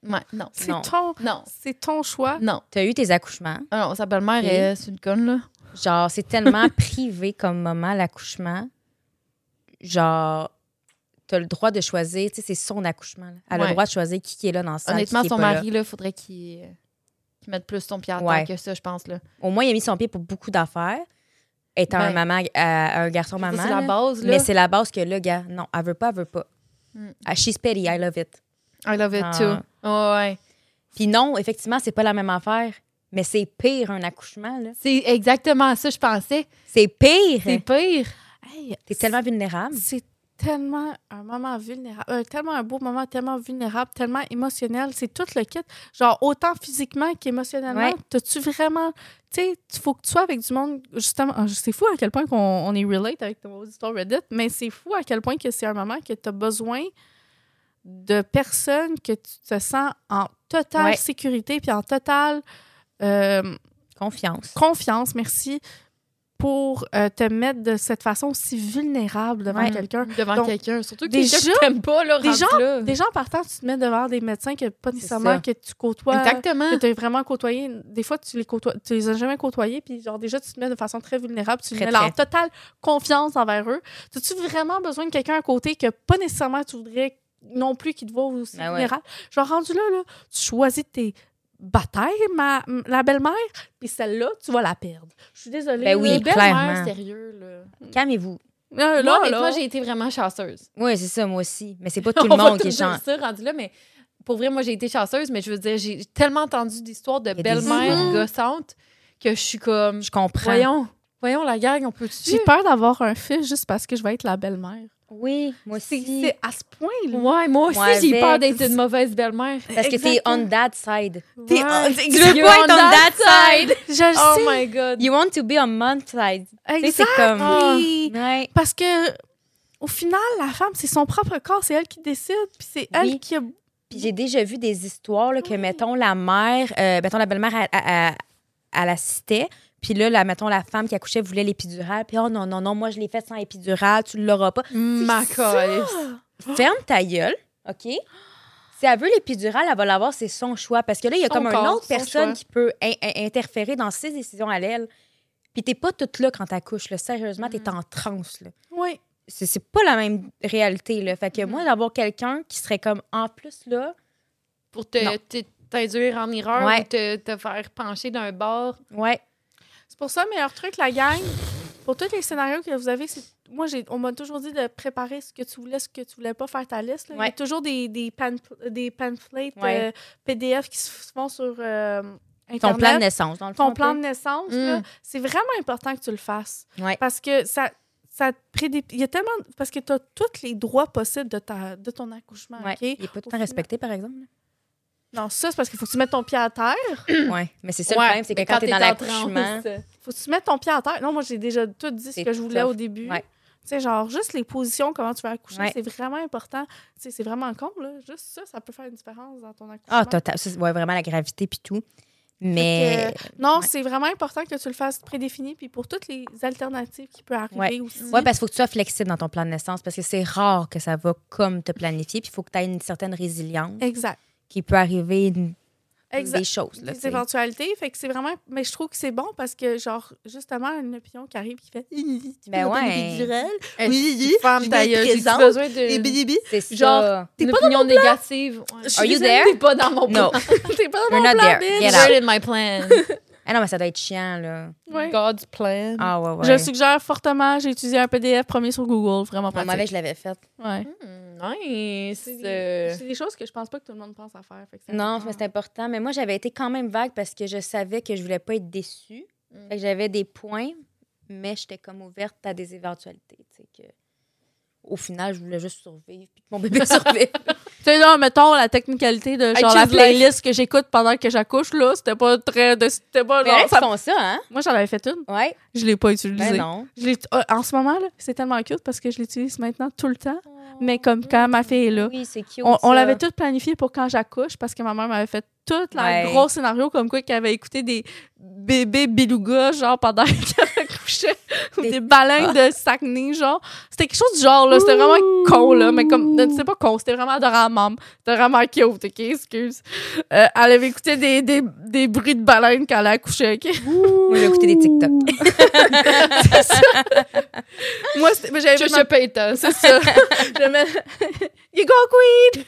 Ouais, non. C'est Non. ton, Non. c'est ton choix. Non. T'as eu tes accouchements. Ah non, sa belle-mère, Et? est- c'est une conne, là. Genre, c'est tellement privé comme moment, l'accouchement. Genre, t'as le droit de choisir. Tu sais, c'est son accouchement. là. Elle a Ouais. le droit de choisir qui, qui est là dans le salle, Honnêtement, qui est son pas là. mari, là, faudrait qu'il euh, qu'il mette plus son pied à terre Ouais. que ça, je pense, là. Au moins, il a mis son pied pour beaucoup d'affaires. Étant Ben, un maman, à- à un garçon Ça, maman. C'est la là. base, là. Mais c'est la base que le gars, non, elle veut pas, elle veut pas. Mm. Ah, She's petty, I love it. I love it Ah. too. Ouais, ouais. Puis non, effectivement, c'est pas la même affaire, mais c'est pire un accouchement, là. C'est exactement à ça, que je pensais. C'est pire! C'est pire. Hey, T'es tellement vulnérable. C'est tellement un moment vulnérable, euh, tellement un beau moment, tellement vulnérable, tellement émotionnel. C'est tout le kit. Genre, autant physiquement qu'émotionnellement. Ouais. T'as-tu vraiment. Tu sais, il faut que tu sois avec du monde. Justement, ah, c'est fou à quel point qu'on, on est relate avec nos histoires Reddit, mais c'est fou à quel point que c'est un moment que t'as besoin de personnes que tu te sens en totale Ouais. sécurité puis en totale. euh, Confiance. confiance, merci, pour euh, te mettre de cette façon aussi vulnérable devant Ouais. quelqu'un. Devant Donc, quelqu'un. Surtout que déjà- quelqu'un que t'aimes pas, là, déjà- rendu là. Déjà en partant, tu te mets devant des médecins que pas nécessairement ça. que tu côtoies, euh, Exactement. que tu as vraiment côtoyé. Des fois, tu les côtoies, tu les as jamais côtoyés, puis genre déjà, tu te mets de façon très vulnérable, tu Très, mets très. en totale confiance envers eux. As-tu vraiment besoin de quelqu'un à côté que pas nécessairement tu voudrais non plus qui te voit aussi Ben ouais. vulnérable? Genre rendu là, là, tu choisis tes batailles, ma, la belle-mère, puis celle-là, tu vas la perdre. Je suis désolée. Ben oui, là. Les belles-mères, clairement. sérieux, là. Mm. Calmez-vous. Euh, Moi, là, honnêtement, là. j'ai été vraiment chanceuse. Oui, c'est ça, moi aussi. Mais c'est pas tout On le va monde tout qui est dire chan- ça rendu là, mais pour vrai, moi, j'ai été chanceuse, mais je veux dire, j'ai tellement entendu d'histoires de y a des belles-mères histoires. gossantes que je suis comme, Je comprends. voyons, voyons la gang, on peut-tu? J'ai peur d'avoir un fils juste parce que je vais être la belle-mère. Oui, moi C'est aussi. c'est à ce point-là. Ouais, moi aussi, Ouais, j'ai peur avec- d'être une mauvaise belle-mère. Parce que t'es on that side. T'es- Ouais. Tu veux You're pas on être on that that side. Je le Oh sais. my God. You want to be on my side. Tu sais, Exact. c'est comme. oui. Ouais. Parce que au final, la femme, c'est son propre corps, c'est elle qui décide, puis c'est elle Oui. qui a. Puis j'ai déjà vu des histoires là, que, Oui. mettons, la mère, euh, mettons, la belle-mère, elle, elle- elle- elle assistait. Puis là, la, mettons, la femme qui accouchait voulait l'épidurale. Puis oh non, non, non, moi, je l'ai fait sans épidurale, tu l'auras pas. Ma colère. Oh! Ferme ta gueule, OK? Si elle veut l'épidurale, elle va l'avoir, c'est son choix. Parce que là, il y a Son comme une corps, autre son personne choix. qui peut in- in- interférer dans ses décisions à l'aile. Puis t'es pas toute là quand t'accouches, là. Sérieusement, t'es en transe, là. Oui. c'est, c'est pas la même réalité, là. Fait que Mhm. moi, d'avoir quelqu'un qui serait comme, en plus, là, Pour Non. te, te- t'induire en erreur Ouais. ou te, te faire pencher d'un bord. ouais, C'est pour ça, meilleur truc, la gang, pour tous les scénarios que vous avez, c'est. Moi, j'ai, on m'a toujours dit de préparer ce que tu voulais, ce que tu voulais pas, faire ta liste. là. Il y Ouais. a toujours des, des, pan- des pamphlets Ouais. euh, PDF qui se font sur euh, Internet. ton plan de naissance, dans le fond, ton un plan de peu. naissance, Mm. là, c'est vraiment important que tu le fasses. Ouais. Parce que ça, ça te prédé- Il y a tellement. Parce que tu as tous les droits possibles de, ta, de ton accouchement. Ouais. OK? Il est pas tout Au le temps final. respecté, par exemple. là. Non, ça, c'est parce qu'il faut que tu mettes ton pied à terre. ouais, mais c'est ça Ouais, le problème, c'est que mais quand, t'es dans en l'accouchement, transe, faut que tu mettes ton pied à terre. Non, moi, j'ai déjà tout dit ce C'est que je voulais tough. au début. Ouais. Tu sais, genre, juste les positions, comment tu vas accoucher, Ouais. c'est vraiment important. Tu sais, c'est vraiment con, là. Juste ça, ça peut faire une différence dans ton accouchement. ah, total, ça, c'est- ouais, vraiment la gravité puis tout. Mais, Fait non, ouais. c'est vraiment important que tu le fasses prédéfini, puis pour toutes les alternatives qui peuvent arriver aussi. ouais, parce qu'il faut que tu sois flexible dans ton plan de naissance parce que c'est rare que ça va comme te planifié, puis il faut que tu aies une certaine résilience Exact. qui peut arriver une- Exact. des choses, là, des tu sais. éventualités. Fait que c'est vraiment. Mais je trouve que c'est bon parce que, genre, justement, un opinion qui arrive qui fait. Hi, hi, Tu Ben peux mettre une ouais. épidurale? Est-ce Oui, que oui, Ferme je ta me gueule, j'ai présente, besoin Et de bibi. C'est ça. Genre, T'es une pas opinion négative. Ouais. Je Are suis you désolée, there? T'es pas dans mon plan. No, T'es pas dans You're mon not plan, there. bitch. Get You're in my plan. Ah non, mais ça doit être chiant, là. Ouais. God's plan. Ah ouais, ouais. Je le suggère fortement. J'ai utilisé un PDF premier sur Google, vraiment Mon mauvais, pratique. je l'avais fait. Ouais. Hmm, nice. C'est Euh, des, c'est des choses que je pense pas que tout le monde pense à faire. fait que c'est Non, important. mais c'est important. Mais moi, j'avais été quand même vague parce que je savais que je voulais pas être déçue. Mm. Fait que j'avais des points, mais j'étais comme ouverte à des éventualités. tu sais, que- Au final, je voulais juste survivre puis que mon bébé survive. Tu sais, là, mettons la technicalité de I genre la choose life. playlist que j'écoute pendant que j'accouche, là, c'était pas très. de- C'était pas. mais genre, là, ça- ils font ça, hein? Moi, j'en avais fait une. Ouais. Je l'ai pas utilisée. Ben non. Je l'ai- euh, en ce moment, là, c'est tellement cute parce que je l'utilise maintenant tout le temps. Mais comme quand ma fille est là. Oui, c'est cute. On, on ça. l'avait tout planifié pour quand j'accouche parce que ma mère m'avait fait tout le Ouais. gros scénario comme quoi qu'elle avait écouté des bébés belugas, genre pendant qu'elle accouchait, ou Des- des Ah. baleines de Saguenay, genre. C'était quelque chose du genre, là. C'était vraiment con, là. Mais comme, c'était pas con, c'était vraiment adorable, maman. C'était vraiment cute, OK? Excuse. Euh, elle avait écouté des, des, des bruits de baleines quand elle accouchait, OK? Moi, j'ai écouté des TikTok. C'est ça. Moi, c'était- mais j'avais Trisha Paytas. c'est ça. Je mets- You go, queen!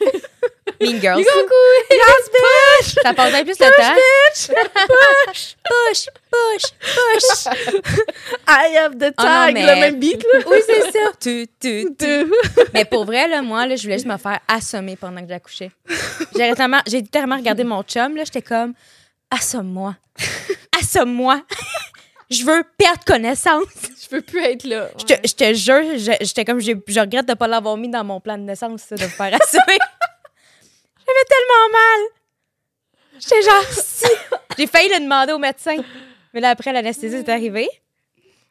mean Girls. You go, queen! Yes, bitch! Ça passait plus le temps. Push, push, push. I have the Oh non, tag, mais- le même beat, là. oui, c'est ça. Tu, tu, tu. Mais pour vrai, là, moi, là, je voulais juste me faire assommer pendant que j'accouchais. J'ai tellement, j'ai tellement regardé mon chum, là, j'étais comme, assomme-moi. Assomme-moi. Je veux perdre connaissance. Je peux plus être là. Je te, je te jure, je- j'étais comme, j'ai- je regrette de ne pas l'avoir mis dans mon plan de naissance, ça, de me faire assommer. J'avais tellement mal. J'étais genre, si. J'ai failli le demander au médecin. Mais là, après, l'anesthésie est arrivée.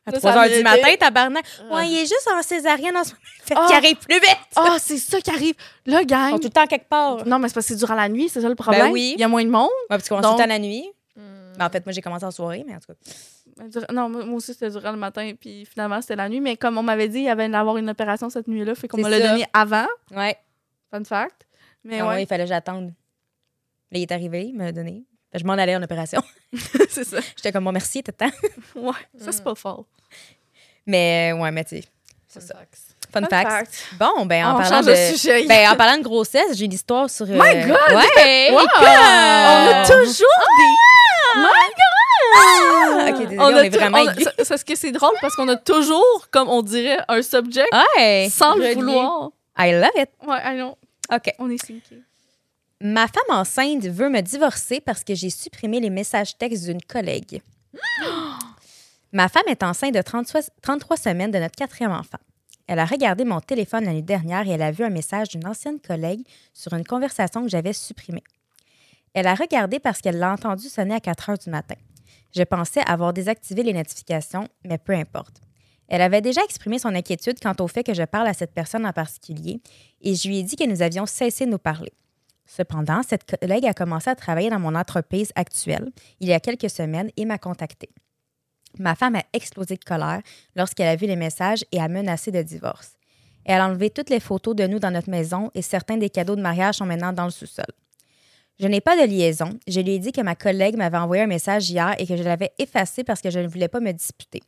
À Ça, 3 ça h m'a du aidé. matin, tabarnak. Ouais, il est juste en césarienne en ce moment. Fait qu'il Ah. arrive plus vite. Ah, c'est ça qui arrive. Là, Ils sont gang. tout le temps quelque part. Ah. Ouais, Non, mais c'est parce que c'est durant la nuit, c'est ça le problème. Ben oui. Il y a moins de monde. parce qu'on Donc- tout le temps la nuit. Hmm. Ben, en fait, moi, j'ai commencé en soirée, mais en tout cas. Dur- Non, moi moi aussi, c'était durant le matin, puis finalement, c'était la nuit. Mais comme on m'avait dit, il y avait d'avoir une opération cette nuit-là, fait qu'on C'est me l'a ça. donné avant. Ouais. Fun fact. Mais Ah ouais, ouais, il fallait que j'attende. Là, il est arrivé, il m'a donné. Fait que Je m'en allais en opération. c'est ça. J'étais comme, bon, merci, t'es temps. Ouais, ça, Mm. c'est pas fort. Mais, euh, ouais, mais tu sais, c'est ça. Fun, Fun fact. fact. Bon, ben, en on parlant change de. de sujet. Ben, en parlant de grossesse, j'ai une histoire sur. My God! Ouais! Wow! On a toujours des. Ah! Ok, désolé, on, a est tou- vraiment on a- aiguë. ça- ça, ce que c'est drôle parce qu'on a toujours, comme on dirait, un subject Ouais! sans le Relié. vouloir. I love it. Ouais, I know. OK. On est syncés. Ma femme enceinte veut me divorcer parce que j'ai supprimé les messages textes d'une collègue. Ma femme est enceinte de 33, 33 semaines de notre quatrième enfant. Elle a regardé mon téléphone la nuit dernière et elle a vu un message d'une ancienne collègue sur une conversation que j'avais supprimée. Elle a regardé parce qu'elle l'a entendu sonner à 4 heures du matin. Je pensais avoir désactivé les notifications, mais peu importe. Elle avait déjà exprimé son inquiétude quant au fait que je parle à cette personne en particulier et je lui ai dit que nous avions cessé de nous parler. Cependant, cette collègue a commencé à travailler dans mon entreprise actuelle il y a quelques semaines et m'a contactée. Ma femme a explosé de colère lorsqu'elle a vu les messages et a menacé de divorce. Elle a enlevé toutes les photos de nous dans notre maison et certains des cadeaux de mariage sont maintenant dans le sous-sol. Je n'ai pas de liaison. Je lui ai dit que ma collègue m'avait envoyé un message hier et que je l'avais effacé parce que je ne voulais pas me disputer.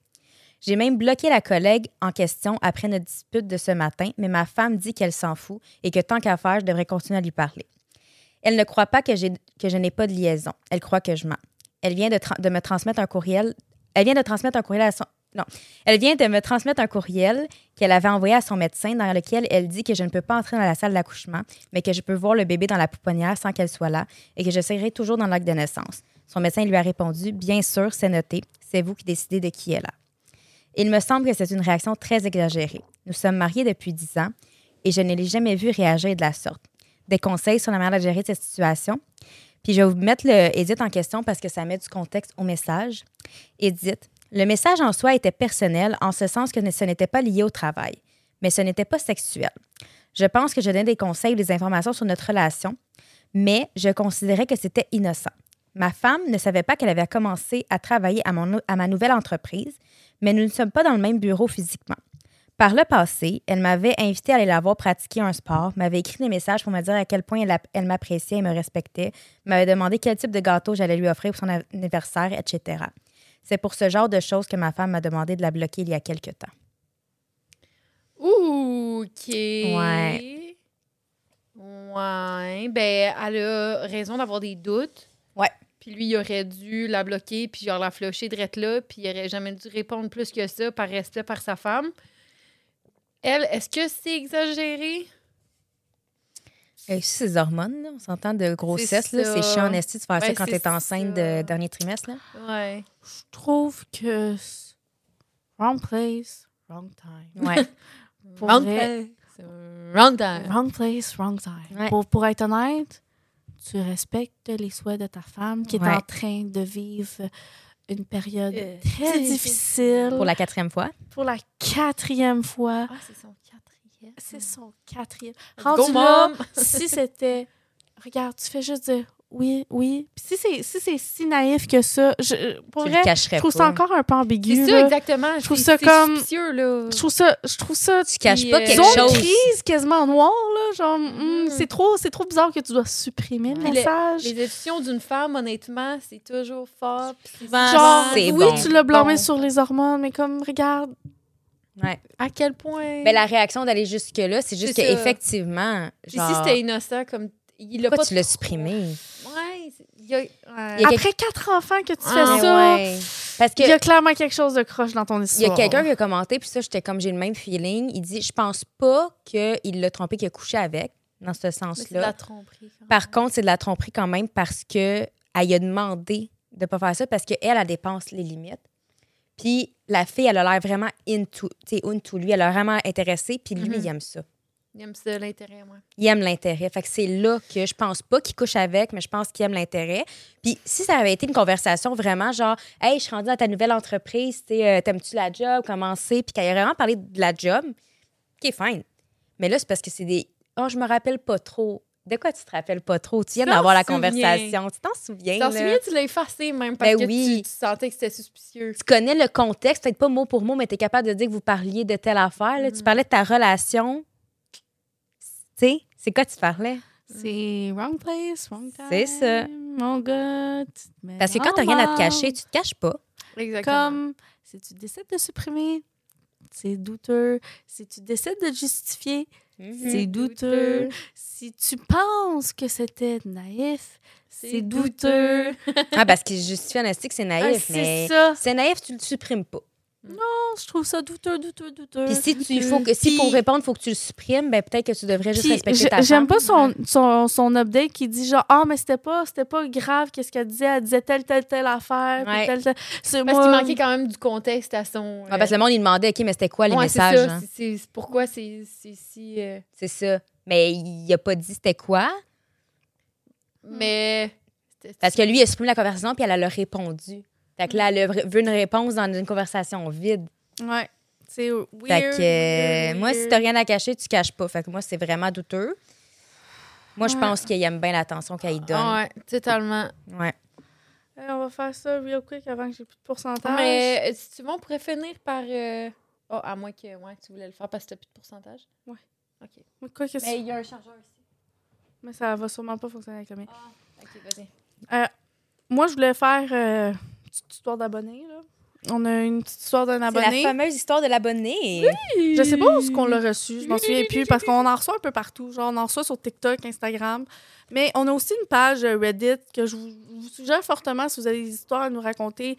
J'ai même bloqué la collègue en question après notre dispute de ce matin, mais ma femme dit qu'elle s'en fout et que tant qu'à faire, je devrais continuer à lui parler. Elle ne croit pas que, j'ai- que je n'ai pas de liaison. Elle croit que je mens. Elle vient de, tra- de me transmettre un courriel. Elle vient de transmettre un courriel à son. Non. Elle vient de me transmettre un courriel qu'elle avait envoyé à son médecin dans lequel elle dit que je ne peux pas entrer dans la salle d'accouchement, mais que je peux voir le bébé dans la pouponnière sans qu'elle soit là et que je serai toujours dans l'acte de naissance. Son médecin lui a répondu Bien sûr, c'est noté. C'est vous qui décidez de qui est là. Il me semble que c'est une réaction très exagérée. Nous sommes mariés depuis 10 ans et je ne l'ai jamais vu réagir de la sorte des conseils sur la manière de gérer cette situation. Puis je vais vous mettre le Edith en question parce que ça met du contexte au message. Edith, le message en soi était personnel en ce sens que ne- ce n'était pas lié au travail, mais ce n'était pas sexuel. Je pense que je donnais des conseils ou des informations sur notre relation, mais je considérais que c'était innocent. Ma femme ne savait pas qu'elle avait commencé à travailler à, mon, à ma nouvelle entreprise, mais nous ne sommes pas dans le même bureau physiquement. Par le passé, elle m'avait invité à aller la voir pratiquer un sport, m'avait écrit des messages pour me dire à quel point elle, a- elle m'appréciait et me respectait, m'avait demandé quel type de gâteau j'allais lui offrir pour son anniversaire, etc. C'est pour ce genre de choses que ma femme m'a demandé de la bloquer il y a quelque temps. Ouh, OK. Ouais. Ouais. Ben, elle a raison d'avoir des doutes. Ouais. Puis lui, il aurait dû la bloquer, puis genre la flusher direct là, puis il aurait jamais dû répondre plus que ça par respect par sa femme. Elle, est-ce que c'est exagéré? Et aussi ces hormones, là, on s'entend de grossesse, C'est là, ça. c'est chiant en esti de faire ça Ben, quand c'est t'es enceinte ça. de dernier trimestre. Là. Ouais. Je trouve que. c'est Wrong place, wrong time. Ouais. Mm. Pour Wrong vrai, euh, place. C'est un Wrong time. Wrong place, wrong time. Ouais. Pour, pour être honnête, tu respectes les souhaits de ta femme qui est Ouais. en train de vivre une période Euh, très très difficile Pour la quatrième fois. pour la quatrième fois. Ah, c'est son quatrième. Mm. C'est son quatrième. Let's Rendu go, là, mom! si c'était... Regarde, tu fais juste dire oui, oui. Puis si c'est si, c'est si naïf que ça, je, euh, pour tu vrai, le je cacherais trouve pas. ça encore un peu ambigu. C'est ça, là. exactement. Je trouve ça comme- Suspicieux, là. Je trouve ça... Je trouve ça Tu caches Puis, pas euh, quelque zone chose. Hmm. crise quasiment noire, là. Genre, hum, Mhm. c'est trop, c'est trop bizarre que tu dois supprimer le Puis le- message. Les émotions d'une femme, honnêtement, c'est toujours fort. puis c'est Souvent, Genre, c'est oui, bon. tu l'as blâmé Bon. sur les hormones, mais comme, regarde, Ouais. À quel point... Mais Ben, la réaction d'aller jusque-là, c'est juste C'est ça. qu'effectivement. Puis si c'était innocent, comme... Il l'a Pourquoi pas tu l'as trop- supprimé? Ouais, c'est- il y a... ouais. Il y a- après quatre enfants que tu fais Ah, ça, ouais. Parce que il y a clairement quelque chose de croche dans ton Il y histoire. a quelqu'un qui a commenté, puis ça, j'étais comme j'ai le même feeling. Il dit Je pense pas qu'il l'a trompé, qu'il a couché avec, dans ce Mais c'est de la sens-là. tromperie. quand Par même. contre, c'est de la tromperie quand même parce que elle a demandé de pas faire ça parce qu'elle, elle dépense les limites. Puis la fille, elle a l'air vraiment into, tu sais, into lui. Elle a l'air vraiment intéressée, puis lui, Mhm. il aime ça. Il aime ça, l'intérêt, moi. Il aime l'intérêt. Fait que c'est là que je pense pas qu'il couche avec, mais je pense qu'il aime l'intérêt. Puis si ça avait été une conversation vraiment genre, hey, je suis rendue dans ta nouvelle entreprise, tu sais, euh, t'aimes-tu la job, comment c'est, puis qu'elle ait vraiment parlé de la job, qui est fine. Mais là, c'est parce que c'est des, oh, je me rappelle pas trop. De quoi tu te rappelles pas trop? Tu viens T'en d'avoir la souviens. conversation, tu t'en souviens. T'en là. souviens, tu l'as effacé même parce Ben que tu, oui. tu sentais que c'était suspicieux. Tu connais le contexte, peut-être pas mot pour mot, mais tu es capable de dire que vous parliez de telle affaire. là. Tu Mhm. parlais de ta relation. Tu sais, c'est quoi tu parlais? C'est wrong place, wrong time. C'est ça. Mon gars. tu te mets Parce que dans quand t'as rien à te le cacher, tu te caches pas. Exactement. Comme si tu décides de supprimer, c'est douteux. Si tu décides de justifier, Mhm. c'est douteux. Si tu penses que c'était naïf, c'est douteux. Ah, parce qu'il justifie en esti que c'est Ah, naïf, c'est mais ça. c'est naïf, tu le supprimes pas. Non, je trouve ça douteux, douteux, douteux. Puis si tu il faut que si Puis- pour répondre, faut que tu le supprimes, ben peut-être que tu devrais juste Puis, respecter j'ai- ta J'aime femme. pas son, son, son update qui dit genre ah mais c'était pas c'était pas grave qu'est-ce qu'elle disait elle disait telle telle telle affaire puis Ouais. telle telle C'est Parce moi- qu'il manquait quand même du contexte à son. euh, Ah, parce que le monde il demandait OK, mais c'était quoi les ouais, c'est messages ça. hein? c'est- C'est c'est pourquoi c'est c'est si. euh, C'est ça. Mais il a pas dit c'était quoi Mais. c'était- Hmm. parce que lui il a supprimé la conversation puis elle, elle a répondu. Fait que là elle a vra- veut une réponse dans une conversation vide. ouais c'est weird, Fait que euh, weird, moi si weird. t'as rien à cacher, tu caches pas. Fait que moi c'est vraiment douteux. Moi je Ouais. pense qu'il aime bien l'attention qu'elle lui donne. Ouais, totalement. ouais. Hey, on va faire ça real quick avant que j'ai plus de pourcentage Mais euh, si tu veux, on pourrait finir par. euh, Oh, à moins que ouais, tu voulais le faire parce que t'as plus de pourcentage. Ouais. OK. Mais quoi que ce- Mais il y a un chargeur ici. mais ça va sûrement pas fonctionner avec le mien Ah, OK, vas-y. moi je voulais faire euh, une petite histoire d'abonné là on a une petite histoire d'un C'est la abonné fameuse histoire de l'abonné. Je sais pas où est-ce qu'on l'a reçu, je m'en souviens plus, parce qu'on en reçoit un peu partout. Genre, on en reçoit sur TikTok, Instagram. Mais on a aussi une page euh, Reddit que je vous, vous suggère fortement si vous avez des histoires à nous raconter,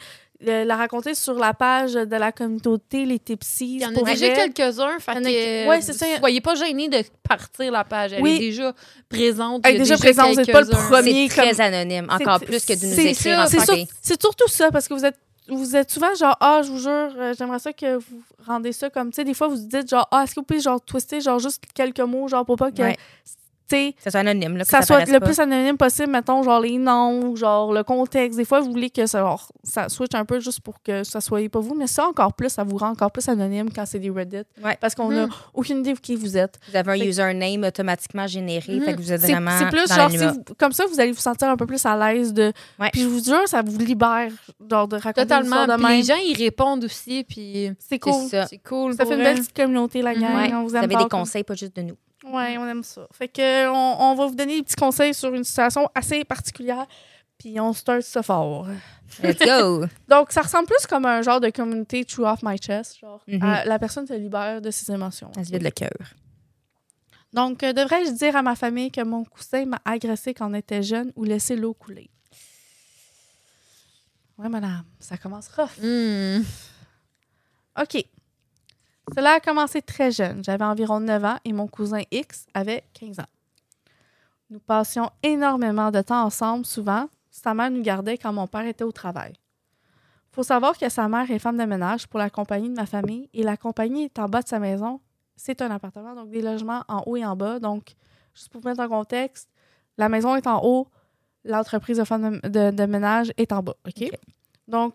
euh, la raconter sur la page de la communauté Les Tipsies. Il y en a pour déjà vrai. quelques-uns. Fait Il y en a que, euh, qui- ouais, c'est ça. Soyez pas gênés de partir la page. Elle Oui. est déjà présente. Elle est il y a déjà présente, vous êtes pas le quelques-uns. premier. C'est très comme- anonyme, encore C'est- plus que de nous c'est écrire ça, en c'est tant sûr- que- C'est surtout ça, parce que vous êtes, vous êtes souvent genre, ah, je vous jure, euh, j'aimerais ça que vous rendez ça comme, tu sais, des fois, vous dites genre, ah, est-ce que vous pouvez genre twister, genre juste quelques mots, genre pour pas que, Ouais. tu sais, Que Ça soit anonyme, là, que ça, soit paraisse le pas. plus anonyme possible, mettons, genre les noms, genre le contexte. Des fois, vous voulez que ça, genre, ça switch un peu juste pour que ça soit pas vous, mais ça encore plus, ça vous rend encore plus anonyme quand c'est des Reddit. Ouais. Hmm. Parce qu'on n'a aucune idée de qui vous êtes. Vous avez un Fait que- username automatiquement généré, Mhm. fait que vous êtes Hmm. C'est vraiment c'est plus dans genre, si l'anonymat. vous- comme ça, vous allez vous sentir un peu plus à l'aise de. Ouais. Puis je vous jure, ça vous libère genre, de raconter Totalement. Totalement. de Puis même. les gens, ils répondent aussi. Puis C'est C'est cool. Ça, ça. c'est cool. pour fait une eux. Mhm. belle petite communauté, la gang. Ouais. On vous Vous aime avez fort des comme conseils, pas juste de nous. Oui, on aime ça. Fait que on, on va vous donner des petits conseils sur une situation assez particulière, puis on start ça fort. Let's go! Donc, ça ressemble plus comme un genre de communauté True Off My Chest. Genre, Mhm. euh, la personne se libère de ses émotions. Ça se vide le cœur. Donc, euh, devrais-je dire à ma famille que mon cousin m'a agressé quand on était jeune ou laisser l'eau couler? Ouais, madame, ça commence rough. Hmm. OK. Cela a commencé très jeune. J'avais environ 9 ans et mon cousin X avait 15 ans. Nous passions énormément de temps ensemble, souvent. Sa mère nous gardait quand mon père était au travail. Faut savoir que sa mère est femme de ménage pour la compagnie de ma famille et la compagnie est en bas de sa maison. C'est un appartement, donc des logements en haut et en bas. Donc, juste pour vous mettre en contexte, la maison est en haut, l'entreprise de femme de, de- de ménage est en bas. OK? OK. Donc,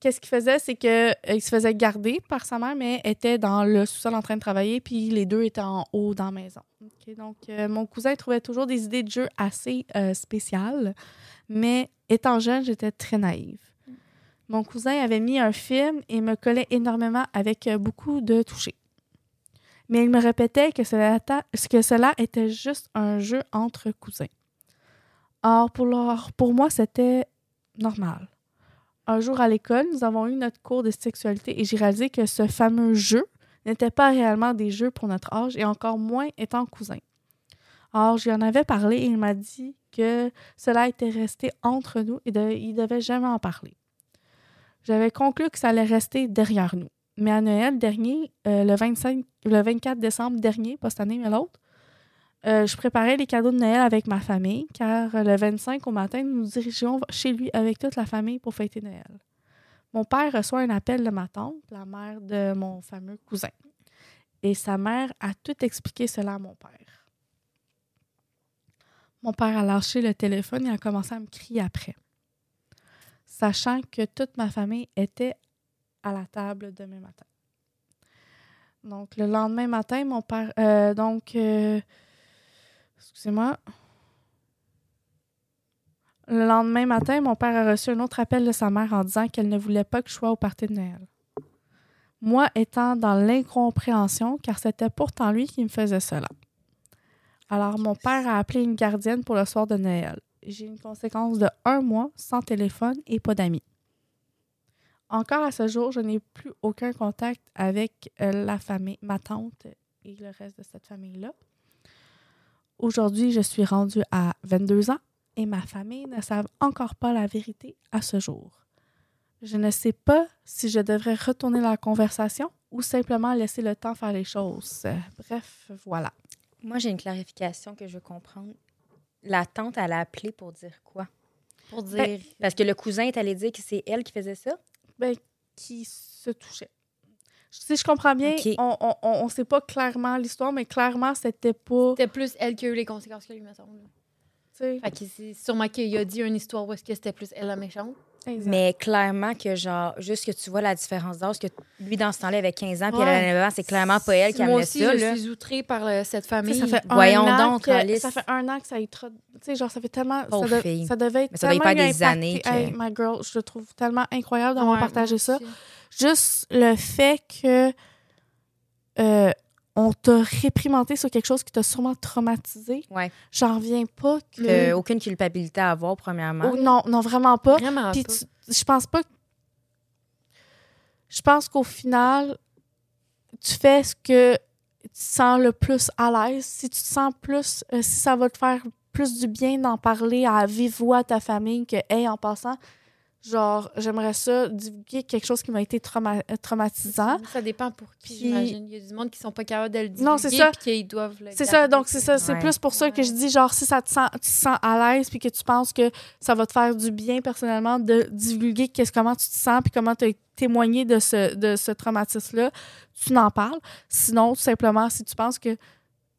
qu'est-ce qu'il faisait, c'est que euh, il se faisait garder par sa mère, mais était dans le sous-sol en train de travailler, puis les deux étaient en haut dans la maison. OK, donc, euh, mon cousin trouvait toujours des idées de jeu assez euh, spéciales, mais étant jeune, j'étais très naïve. Mon cousin avait mis un film et me collait énormément avec euh, beaucoup de toucher. Mais il me répétait que cela, ta- que cela était juste un jeu entre cousins. Or, pour, leur- pour moi, c'était normal. Un jour à l'école, nous avons eu notre cours de sexualité et j'ai réalisé que ce fameux jeu n'était pas réellement des jeux pour notre âge et encore moins étant cousin. Or, je lui en avais parlé et il m'a dit que cela était resté entre nous et de- il ne devait jamais en parler. J'avais conclu que ça allait rester derrière nous. Mais à Noël dernier, euh, le, 25, le 24 décembre dernier, pas cette année, mais l'autre, euh, je préparais les cadeaux de Noël avec ma famille, car euh, le 25 au matin, nous nous dirigeons chez lui avec toute la famille pour fêter Noël. Mon père reçoit un appel de ma tante, la mère de mon fameux cousin. Et sa mère a tout expliqué cela à mon père. Mon père a lâché le téléphone et a commencé à me crier après, sachant que toute ma famille était à la table demain matin. Donc, le lendemain matin, mon père. euh, donc, euh, Excusez-moi. Le lendemain matin, mon père a reçu un autre appel de sa mère en disant qu'elle ne voulait pas que je sois au party de Noël. Moi étant dans l'incompréhension, car c'était pourtant lui qui me faisait cela. Alors, mon père a appelé une gardienne pour le soir de Noël. J'ai une conséquence de un mois sans téléphone et pas d'amis. Encore à ce jour, je n'ai plus aucun contact avec euh, la famille, ma tante et le reste de cette famille-là. Aujourd'hui, je suis rendue à 22 ans et ma famille ne savent encore pas la vérité à ce jour. Je ne sais pas si je devrais retourner la conversation ou simplement laisser le temps faire les choses. Euh, Bref, voilà. Moi, j'ai une clarification que je veux comprendre. La tante, elle a appelé pour dire quoi? Pour dire. Ben, Parce que le cousin est allé dire que c'est elle qui faisait ça? Qui se touchait. Si je comprends bien, Ok. on ne sait pas clairement l'histoire, mais clairement, c'était pas. C'était plus elle qui a eu les conséquences que lui, me semble. tu sais, Fait que c'est sûrement qu'il a dit une histoire où est-ce que c'était plus elle la méchante. exact. Mais clairement que, genre, juste que tu vois la différence d'âge, que lui, dans ce temps-là, avait 15 ans, puis elle Ouais. avait 9 ans, c'est clairement pas elle qui Moi amenait aussi, ça, je là. suis outrée par euh, cette Tu famille. sais, ça fait Voyons un an donc, que, Alice. ça fait un an que ça y trotte. Tu sais, genre, ça fait tellement. Pauvre ça, de- fille. ça devait être Mais ça doit y tellement faire lui des impacté. années Hey, que- my girl, je le trouve tellement incroyable d'avoir Ouais, partagé moi ça. aussi. Juste le fait que euh, on t'a réprimandé sur quelque chose qui t'a sûrement traumatisé. Ouais. J'en reviens pas que. Euh, aucune culpabilité à avoir, premièrement. Oh, non, non, vraiment pas. Vraiment Puis pas. tu- je pense pas. que- Je pense qu'au final, tu fais ce que tu te sens le plus à l'aise. Si tu te sens plus, euh, si ça va te faire plus du bien d'en parler à vive voix à ta famille que, hey, en passant, genre, j'aimerais ça divulguer quelque chose qui m'a été trauma- euh, traumatisant. Ça dépend pour qui, Puis- j'imagine. Il y a du monde qui sont pas capables de le divulguer. Non, c'est ça. Puis qu'ils doivent le C'est ça, garder. donc c'est ça, c'est Ouais. plus pour ça que je dis genre si ça te sent, tu te sens à l'aise puis que tu penses que ça va te faire du bien personnellement de divulguer qu'est-ce comment tu te sens puis comment tu as témoigné de ce de ce traumatisme là, tu n'en parles. Sinon, tout simplement si tu penses que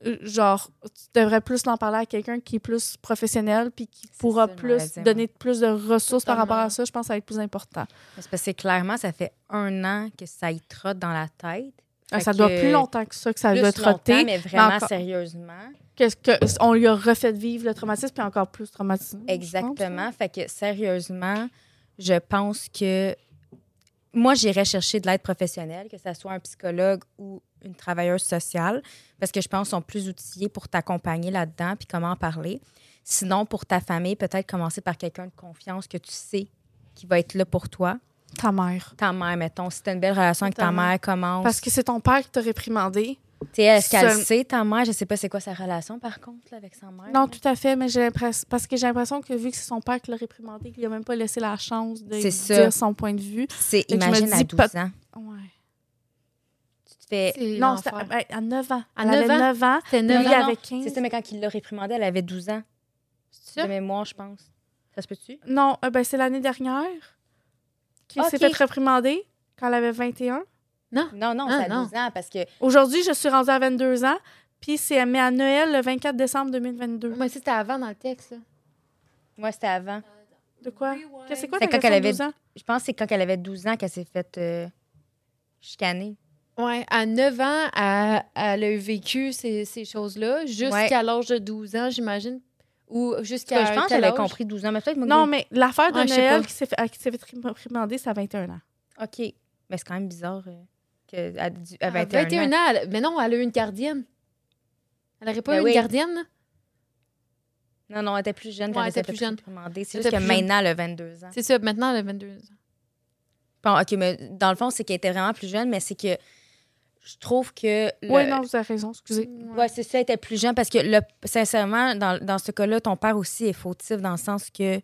euh, genre tu devrais plus en parler à quelqu'un qui est plus professionnel puis qui pourra ça, je m'en plus allais dire, donner plus de ressources par Totalement. rapport à ça, je pense que ça va être plus important. C'est parce que clairement, ça fait un an que ça y trotte dans la tête. Fait Euh, ça que- doit plus longtemps que ça que ça Plus doit trotter, longtemps, mais vraiment encore- sérieusement. que, que- on lui a refait vivre le traumatisme puis encore plus traumatisé. je pense, Exactement. Fait que sérieusement, je pense que moi, j'irais chercher de l'aide professionnelle, que ce soit un psychologue ou une travailleuse sociale, parce que je pense qu'ils sont plus outillés pour t'accompagner là-dedans puis comment en parler. Sinon, pour ta famille, peut-être commencer par quelqu'un de confiance que tu sais qui va être là pour toi. ta mère. Ta mère, mettons, si tu as une belle relation avec ta Totalement. mère, commence. Parce que c'est ton père qui t'a réprimandé. T'sais, Est-ce qu'elle Seul- sait, ta mère? Je sais pas c'est quoi sa relation, par contre, là, avec sa mère. Non, là. tout à fait, mais j'ai l'impression. Parce que j'ai l'impression que vu que c'est son père qui l'a réprimandé, qu'il lui a même pas laissé la chance de C'est lui ça. dire son point de vue. C'est, que je me imagine, à dis 12 pas- ans. Ouais. Tu te fais... C'est Non, c'était l'enfer. ouais, à 9 ans. À Elle 9 avait ans? 9 ans. C'était Lui, neuf il ans, avait C'est 15. ça, mais quand il l'a réprimandée, elle avait 12 ans. ça? De mémoire, je pense. Ça se peut-tu? Non, euh, ben, c'est l'année dernière qu'il s'est Ok. fait réprimander quand elle avait 21. Non, non, Ah, c'est à non. 12 ans, parce que... Aujourd'hui, je suis rendue à 22 ans, puis c'est mais à Noël le 24 décembre 2022. Moi aussi, c'était avant dans le texte. là. Moi, c'était avant. De quoi? Qu'est-ce que c'est quoi Fait ta quand question elle de avait 12 ans? Je pense que c'est quand elle avait 12 ans qu'elle s'est faite euh, chicaner. Ouais, à 9 ans, elle, elle a vécu ces, ces choses-là jusqu'à l'âge de 12 ans, j'imagine. Ou En tout jusqu'à. cas, je pense tel qu'elle avait âge. compris 12 ans, mais peut-être... Non, mais l'affaire de Ouais, Ah, je sais Noël pas. qui s'est fait, à qui s'est fait réprimander, c'est à 21 ans. OK. Mais c'est quand même bizarre euh, que à, du- à À 21, 21 ans. ans. elle- mais non, elle a eu une gardienne. Elle n'aurait pas Ben eu oui. une gardienne. là. Non, non, elle était plus jeune Ouais, quand elle elle était s'est plus fait jeune. réprimander. C'est Elle juste était que plus jeune. maintenant, elle a 22 ans. C'est ça, maintenant, elle a 22 ans. Bon, OK, mais dans le fond, c'est qu'elle était vraiment plus jeune, mais c'est que je trouve que... le- Oui, non, vous avez raison, excusez. Ouais, c'est ça, elle était plus jeune parce que, le, sincèrement, dans, dans ce cas-là, ton père aussi est fautif dans le sens que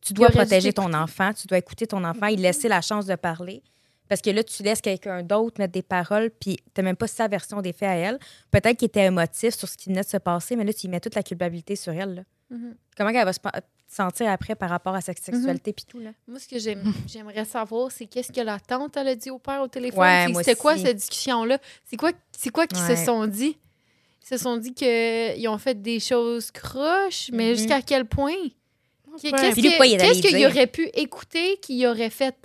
tu dois aurait dû protéger ton t'écouter. enfant, tu dois écouter ton enfant, il laisser la chance de parler. Parce que là, tu laisses quelqu'un d'autre mettre des paroles, puis tu même pas sa version des faits à elle. Peut-être qu'il était émotif sur ce qui venait de se passer, mais là, tu y mets toute la culpabilité sur elle. là. Mhm. Comment elle va se pa- sentir après par rapport à sa sexualité, puis tout, là? Moi, ce que j'aime- j'aimerais savoir, c'est qu'est-ce que la tante elle a dit au père au téléphone. Ouais, C'est- moi C'était quoi aussi. cette discussion-là? C'est quoi, c'est quoi qu'ils se Ouais. sont dit? Ils se sont dit qu'ils ont fait des choses croches, mais Mhm. jusqu'à quel point? Qu'est- Peu Qu'est-ce Oh, Puis lui, que- quoi, il est allé qu'est-ce qu'il dire? aurait pu écouter qui aurait fait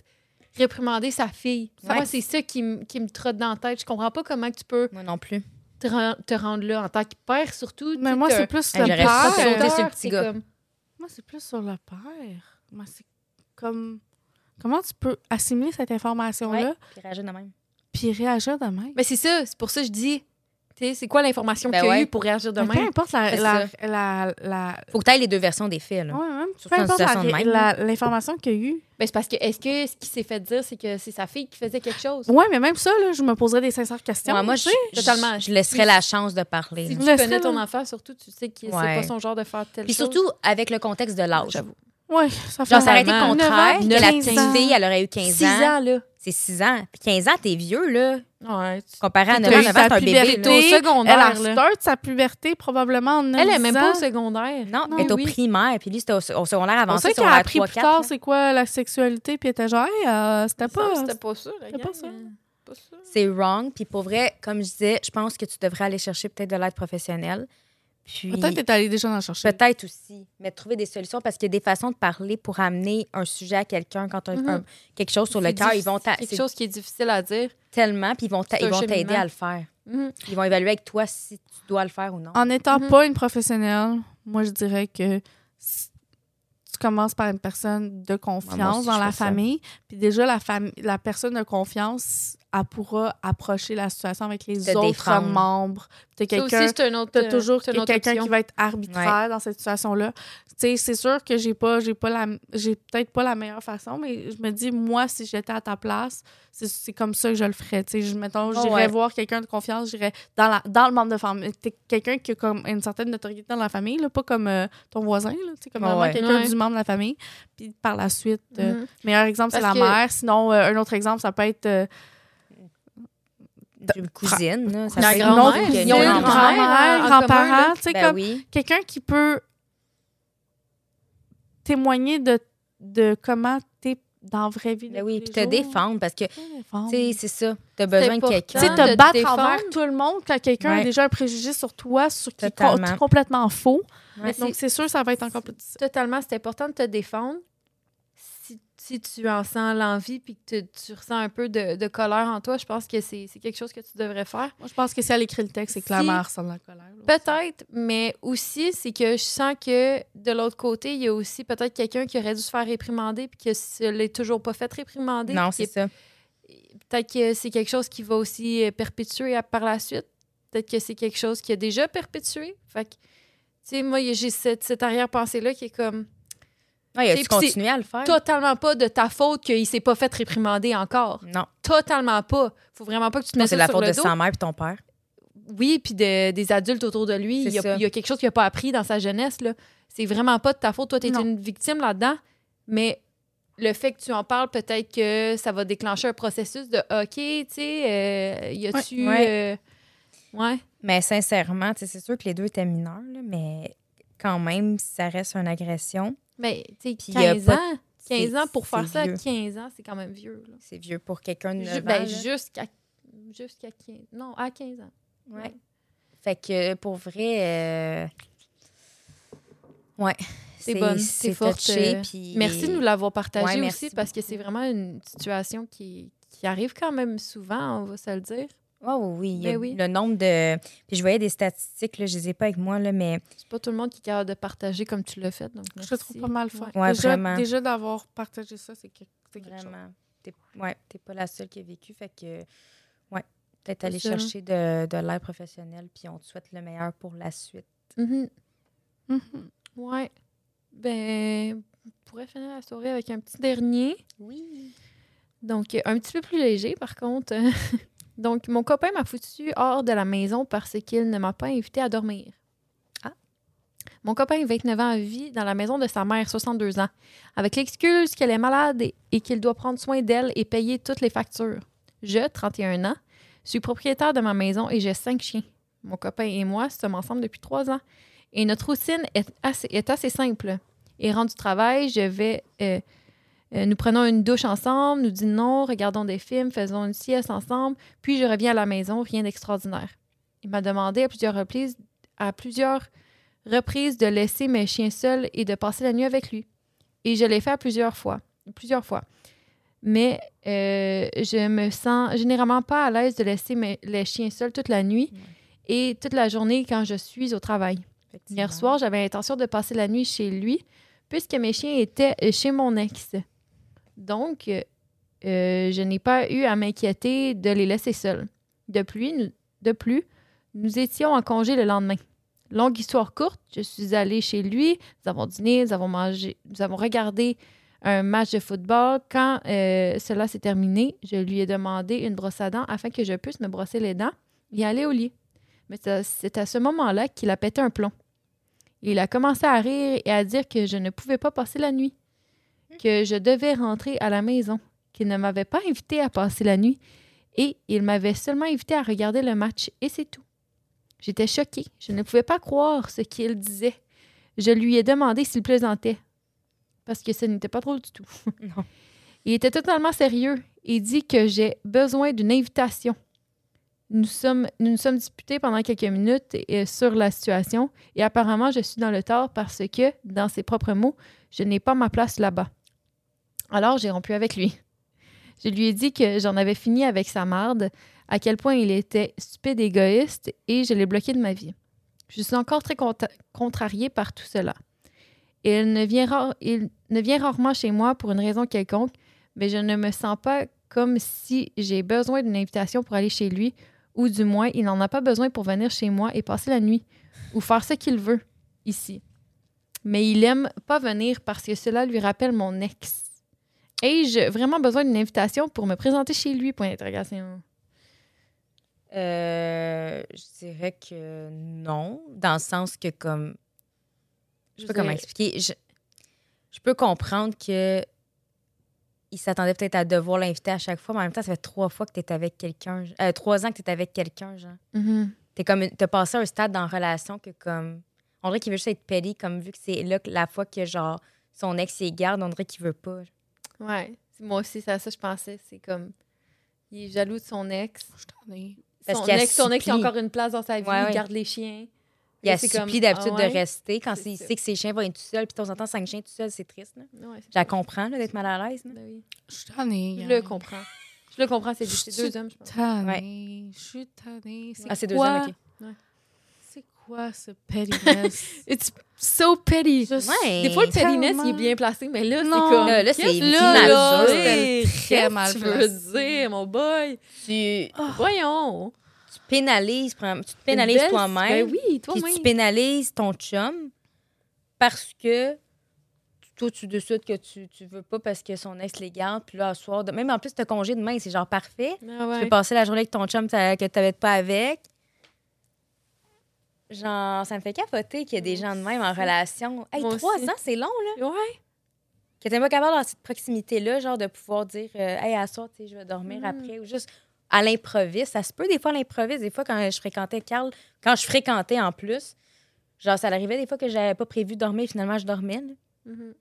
réprimander sa fille? Ça, Ouais. Moi, c'est ça qui, m- qui me trotte dans la tête. Je comprends pas comment que tu peux Moi non plus. te, ren- te rendre là en tant que père, surtout. Mais tu moi, sais, c'est plus Elle le aurait pas t'as- sauté père. sur le t'as- petit t'es gars. comme- euh, Moi, c'est plus sur le père. Moi, c'est comme. Comment tu peux assimiler cette information-là Ouais, Ben, puis réagir de même. puis réagir de même? Mais c'est ça, c'est pour ça que je dis, tu sais, c'est quoi l'information Ben qu'il y a ouais. eu pour réagir de Mais Peu même? importe la. C'est la, la, la- Faut que tu les deux versions des faits, là. ouais, même- Surtout peu dans une importe la- situation de même, la- l'information qu'il y a eu, Ben, c'est parce que, est-ce que ce qui s'est fait dire, c'est que c'est sa fille qui faisait quelque chose? Ouais, mais même ça, là, je me poserais des sincères questions. Ouais, moi, tu je, sais. je- totalement. je laisserais la chance de parler. Si là. tu Laisse-le, connais ton là. enfant, surtout, tu sais que c'est Ouais. pas son genre de faire telle Puis chose. surtout avec le contexte de l'âge. j'avoue. Ouais, ça fait Genre, ça aurait été Normalement, contraire. neuf ans, que la 15 petite ans. fille, elle aurait eu 15 6 ans. ans, là. C'est 6 ans. Puis 15 ans, t'es vieux, là. Ouais. tu- Comparé à Puis 9 t'as ans, eu 9 ans, ta t'es un bébé, puberté. là. T'es au Elle a secondaire, là. start sa puberté probablement en 9 Elle est même pas ans. au secondaire. Non, Non, elle est au oui. primaire. Puis lui, c'était au, au secondaire On avancé. sait qu'elle secondaire a appris 3, plus 4, tard là. c'est quoi la sexualité, puis elle était genre, Hey, euh, c'était pas. C'était pas ça, la C'était gang, pas ça. euh, Pas ça. C'est wrong. Puis pour vrai, comme je disais, je pense que tu devrais aller chercher peut-être de l'aide professionnelle. Puis Peut-être t'es allée déjà en chercher. Peut-être aussi, mais de trouver des solutions parce qu'il y a des façons de parler pour amener un sujet à quelqu'un quand t'as Mhm. un- quelque chose sur le C'est cœur. Ils difficile- vont Ah, t'a- quelque c'est chose qui est difficile à dire. tellement, puis ils vont t'a- C'est ils un vont t'aider cheminement. à le faire. Mhm. Ils vont évaluer avec toi si tu dois le faire ou non. En n'étant Mhm. pas une professionnelle, moi, je dirais que si- tu commences par une personne de confiance Ouais, moi aussi, dans je la fais ça. famille. Puis déjà, la, fami- la personne de confiance, elle pourra approcher la situation avec les Te autres défendre. membres. T'as Ça aussi, quelqu'un c'est un autre. T'as euh, toujours c'est une autre quelqu'un option. qui va être arbitraire dans cette situation-là. Tu sais, c'est sûr que j'ai pas, j'ai pas la, j'ai peut-être pas la meilleure façon, mais je me dis moi si j'étais à ta place, c'est- c'est comme ça que je le ferais. Tu sais, je- mettons, Ah Oh, j'irais ouais. voir quelqu'un de confiance, j'irais dans la, dans le membre de famille, T'es quelqu'un qui a comme une certaine notoriété dans la famille, là, pas comme euh, ton voisin, là, tu sais, comme Oh, vraiment ouais. quelqu'un Ah Ouais. du membre de la famille. Puis par la suite, euh, Mhm. meilleur exemple c'est la Parce que- mère. Sinon, euh, un autre exemple ça peut être euh, Une cousine, là, ça La peut être grand-mère. une autre Ils une ont cousine. une grand-mère, grand-mère, en commun, grands-parents, là. tu sais Ben comme oui. quelqu'un qui peut témoigner de, de comment t'es dans la vraie vie. de Ben oui, tous puis les te jours. défendre parce Ah que, tu Te défendre. sais, Tu c'est ça. T'as besoin de important. quelqu'un. sais, de te te battre défendre. envers tout le monde quand quelqu'un a Ouais. déjà un préjugé sur toi, sur qui est co- Totalement. complètement faux. Mais Donc, c'est- c'est sûr, ça va être encore plus difficile. Totalement, c'est important de te défendre. Si, si tu en sens l'envie puis que tu, tu ressens un peu de, de colère en toi, je pense que c'est c'est quelque chose que tu devrais faire. Moi, je pense que si elle écrit le texte, c'est Si- clairement elle ressent de la colère. là. Peut-être, mais aussi, c'est que je sens que de l'autre côté, il y a aussi peut-être quelqu'un qui aurait dû se faire réprimander puis que se l'est toujours pas fait réprimander. Non, puis c'est qui- ça. Peut-être que c'est quelque chose qui va aussi euh, perpétuer à- par la suite. Peut-être que c'est quelque chose qui a déjà perpétué. Fait que, tu sais, moi, j'ai cette, cette arrière-pensée-là qui est comme. Ouais, Puis tu c'est- continues à le faire. totalement pas de ta faute qu'il s'est pas fait réprimander encore. Non, Totalement pas. Faut vraiment pas que tu te mettes c'est ça la sur faute le de dos. sa mère et ton père. oui, puis de- des adultes autour de lui. C'est Il y, ça. a, il y a quelque chose qu'il n'a pas appris dans sa jeunesse. là. C'est vraiment pas de ta faute. Toi, tu es Non. une victime là-dedans. Mais le fait que tu en parles, peut-être que ça va déclencher un processus de OK, tu sais, euh, y a-tu. Ouais. euh, ouais. Mais sincèrement, tu sais, c'est sûr que les deux étaient mineurs, là, mais quand même, ça reste une agression. Mais, tu sais, il y a 15 pas ans, 15 C'est- ans pour faire c'est ça, à vieux. 15 ans, c'est quand même vieux. là. C'est vieux pour quelqu'un de Ju- 9 ben, ans, là. jusqu'à jusqu'à 15 Non, à 15 ans. Ouais. ouais. Fait que euh, pour vrai, euh, ouais, T'es bonne, t'es forte, touché, euh, puis- Merci de nous l'avoir Ouais, partagé merci aussi parce que c'est beaucoup. vraiment une situation qui, qui arrive quand même souvent, on va se le dire. Ouais, oui, oui, il y a Ben oui. Le nombre de. Puis je voyais des statistiques, là, je les ai pas avec moi, là, mais C'est pas tout le monde qui est capable de partager comme tu l'as fait. Donc Je merci. le trouve pas mal fun. Ouais, déjà, vraiment. déjà d'avoir partagé ça, c'est que- c'est quelque, chose. vraiment, t'es ouais, t'es pas la seule qui a vécu. Fait que, ouais, peut-être aller seule. chercher de, de l'aide professionnelle, puis on te souhaite le meilleur pour la suite. Mhm. Mhm. Ouais. Ben, on pourrait finir la soirée avec un petit dernier. Oui. Donc, euh, un petit peu plus léger, par contre. Donc, mon copain m'a foutu hors de la maison parce qu'il ne m'a pas invité à dormir. Ah. Mon copain, 29 ans, vit dans la maison de sa mère, 62 ans, avec l'excuse qu'elle est malade et, et qu'il doit prendre soin d'elle et payer toutes les factures. Je, 31 ans, suis propriétaire de ma maison et j'ai cinq chiens. Mon copain et moi sommes ensemble depuis trois ans. Et notre routine est assez, est assez simple. Et rendu du travail, je vais euh, euh, nous prenons une douche ensemble, nous dînons, regardons des films, faisons une sieste ensemble, puis je reviens à la maison, rien d'extraordinaire. Il m'a demandé à plusieurs reprises, à plusieurs reprises de laisser mes chiens seuls et de passer la nuit avec lui. Et je l'ai fait à plusieurs fois, plusieurs fois. Mais euh, je me sens généralement pas à l'aise de laisser mes- les chiens seuls toute la nuit et toute la journée quand je suis au travail. Hier soir, j'avais l'intention de passer la nuit chez lui, puisque mes chiens étaient euh, chez mon ex. Donc, euh, euh, je n'ai pas eu à m'inquiéter de les laisser seuls. De plus, nous, de plus, nous étions en congé le lendemain. Longue histoire courte, je suis allée chez lui, nous avons dîné, nous avons mangé, nous avons regardé un match de football. Quand euh, cela s'est terminé, je lui ai demandé une brosse à dents afin que je puisse me brosser les dents et aller au lit. Mais c'est à- c'est à ce moment-là qu'il a pété un plomb. Il a commencé à rire et à dire que je ne pouvais pas passer la nuit, que je devais rentrer à la maison, qu'il ne m'avait pas invité à passer la nuit et il m'avait seulement invité à regarder le match et c'est tout. J'étais choquée, je ne pouvais pas croire ce qu'il disait. Je lui ai demandé s'il plaisantait parce que ce n'était pas drôle du tout. Non. Il était totalement sérieux et dit que j'ai besoin d'une invitation. Nous sommes, nous nous sommes disputés pendant quelques minutes euh, sur la situation et apparemment, je suis dans le tort parce que, dans ses propres mots, je n'ai pas ma place là-bas. Alors, j'ai rompu avec lui. Je lui ai dit que j'en avais fini avec sa marde, à quel point il était stupide et égoïste, et je l'ai bloqué de ma vie. Je suis encore très conta- contrariée par tout cela. Il ne, vient ra- il ne vient rarement chez moi pour une raison quelconque, mais je ne me sens pas comme si j'ai besoin d'une invitation pour aller chez lui, ou du moins, il n'en a pas besoin pour venir chez moi et passer la nuit ou faire ce qu'il veut ici. Mais il aime pas venir parce que cela lui rappelle mon ex. Ai-je vraiment besoin d'une invitation pour me présenter chez lui? Point d'interrogation. Euh, je dirais que non, dans le sens que comme je Je sais pas veux comment dire- expliquer, je, je peux comprendre que il s'attendait peut-être à devoir l'inviter à chaque fois, mais en même temps, ça fait trois fois que tu es avec quelqu'un, euh, trois ans que tu es avec quelqu'un, genre. Mhm. T'es comme une- t'as passé un stade dans la relation que comme on dirait qu'il veut juste être petty, comme vu que c'est là que la fois que genre son ex il garde, on dirait qu'il veut pas. Ouais. Moi aussi, c'est à ça que je pensais. C'est comme. Il est jaloux de son ex. Je t'en ai. Parce son qu'il a ex, son ex, il a supplie. encore une place dans sa vie. Ouais, ouais. Il garde les chiens. Il a C'est comme, supplie d'habitude ah ouais? de rester quand C'est il ça. sait que ses chiens vont être tout seuls, puis de temps en temps cinq chiens tout seuls, c'est triste. Là. Ouais, c'est Je la comprends là, d'être mal à l'aise. là. Ben oui. Je hein. t'en ai. Je Yann. le comprends. Je le comprends. C'est c'est Je deux hommes, je pense. Tannée, je suis tannée. C'est Ah, c'est deux quoi- hommes, ok. C'est quoi ce pettiness? It's so petty. Je suis Ouais. Euh, Des fois, le pettiness, tellement- il est bien placé, mais là, c'est Non. comme... Là, là, qu'est-ce c'est là, là, malheureux. hey, C'était très qu'est-ce mal que tu placé. veux dire, mon boy? Tu, Voyons. tu pénalises, prends- tu te Une pénalises belle- toi-même, Ben oui, puis tu toi-même. pénalises ton chum parce que toi tu décides que tu, tu veux pas parce que son ex les garde, puis là à soir, de- même en plus t'as congé demain, c'est genre parfait. Ah Tu peux ouais. passer la journée avec ton chum t'as- que tu n'avais pas avec. Genre, ça me fait capoter qu'il y a des gens de même en relation. Hey, Moi trois aussi. ans, c'est long, là. Ouais. Que t'es pas capable dans cette proximité-là, genre, de pouvoir dire, euh, hey, à soir, tu sais, je vais dormir Mm. après, ou juste à l'improviste. Ça se peut, des fois, à l'improviste. Des fois, quand je fréquentais Carl, quand je fréquentais en plus, genre, ça arrivait des fois que j'avais pas prévu de dormir, finalement, je dormais, là. Mm-hmm.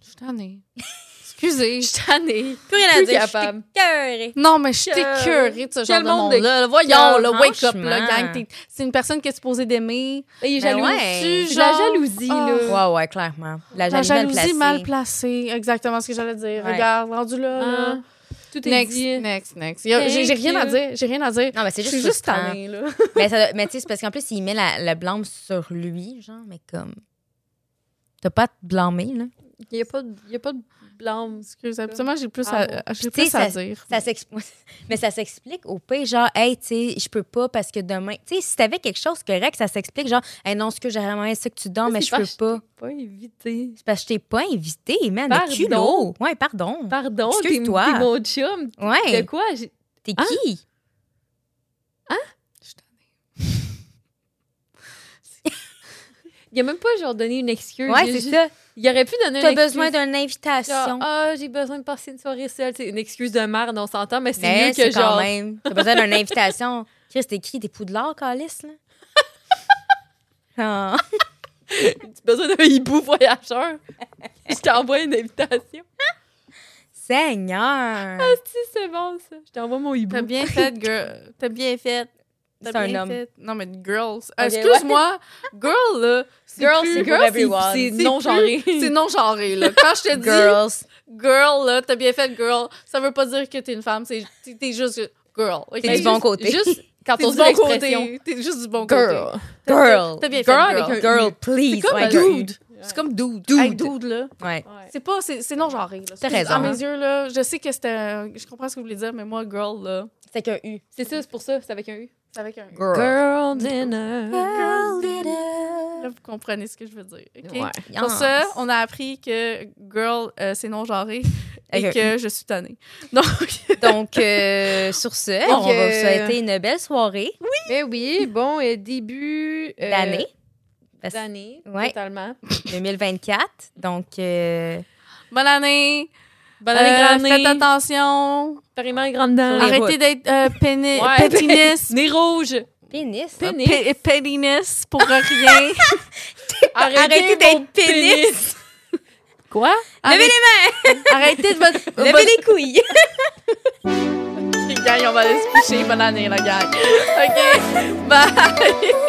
Je suis tannée. Excusez. Je suis tannée. Plus rien à Plus dire, je suis capable. écoeurée. Non, mais je suis Que- écœurée de ce genre Quel de monde monde-là. Là, Voyons, le Franchement. wake up, là, gang. t'es- C'est une personne qui est supposée d'aimer. Il est Ben jaloux. ouais. tu, C'est genre. ah. la jalousie, là. Ouais, ouais, clairement. Oh. La La jalousie, jalousie mal mal placée. placée. Exactement ce que j'allais dire. Ouais. Regarde, rendu là. là. Ah. Hein? Tout est Next, dit. next, next. Y a- J'ai j'ai rien à Thank dire. J'ai rien à dire. Non, mais c'est Je juste suis juste frustrant. tannée, là. mais ça doit- mais tu sais, c'est parce qu'en plus, il met la, le blâme sur lui, genre, mais comme. T'as pas à te blâmer, là. Il n'y a, pas de- il y a pas de blâme. Excuse, habituellement, j'ai plus, Ah à, j'ai Puis tu plus sais, à dire. Ça s'ex- mais ça s'explique au pire, genre, hey, tu sais, je peux pas parce que demain. Tu sais, si t'avais quelque chose correct, ça s'explique, genre, hey, non, ce que j'ai vraiment c'est que tu dors, mais C'est je peux parce pas. Pas évité. C'est parce que je t'ai pas invité, man. Pardon. Le culot. Ouais, pardon. Pardon, t'es t'es Excuse-toi. mon chum. De Ouais. quoi? J'ai- T'es Ah, Hein? qui? Il a même pas genre donné une excuse. Ouais, il, a c'est juste- ça. il aurait pu donner une T'as excuse. besoin d'une Genre, invitation. ah, j'ai besoin de passer une soirée seule. C'est une excuse de merde, on s'entend, mais c'est Mais mieux que c'est quand genre. même. T'as besoin d'une invitation. Chris, t'es qui? T'es Poudlard, Calice, là? Ah. T'as besoin d'un hibou voyageur. je t'envoie une invitation. Ah, Seigneur! Si, c'est bon, ça. Je t'envoie mon hibou. T'as bien fait, girl. T'as bien fait. T'as C'est un bien homme. fait. Non, mais girls. Ah, Ok, ouais. Excuse-moi. Girl, là. Girl, plus- c'est pour girl, everyone. c'est C'est non genré. plus- C'est non genré, là. Quand je te dis Girls. girl, là, t'as bien fait girl, ça veut pas dire que t'es une femme. C'est t'es- t'es juste girl. ok? T'es du bon côté. Juste quand T'es on du dit bon l'expression côté. T'es juste du bon côté. girl. Girl. T'as bien fait Girl girl. avec un- Girl, please. C'est comme Ouais, un girl. dude. C'est comme dude. Dude. Hey, dude, là. Ouais. Ouais. C'est pas, c'est c'est non genré. là. T'as raison. À mes yeux, là, je sais que c'était. Je comprends ce que vous voulez dire, mais moi, girl, là, C'est qu'un U. C'est ça, c'est pour ça, c'est avec un U. c'est avec un. Girl. Girl dinner. Girl did it. Là, vous comprenez ce que je veux dire. ok? Ouais. Pour ça, on a appris que girl, euh, c'est non genré et Ok. que je suis tannée. Donc, Donc, euh, sur ce, Donc, on va vous euh, souhaiter une belle soirée euh, Mais oui, bon, euh, début euh, d'année. Parce- D'année, Ouais. totalement. 2024. Donc, euh, bonne année. Bonne année, Euh, grande Faites année. attention. Apparemment, grande dame. Sur les Arrêtez d'être euh, péni- Ouais. pétiniste. Nez rouge. pénis. hein. Pénis. Pé- pétiniste pour rien. Arrêtez, Arrêtez d'être d'être pénis. Quoi? Arrêtez- Arrêtez de votre. Levez les couilles. votre- Gang, on va aller se coucher. Bonne année, la gang. OK. Bye.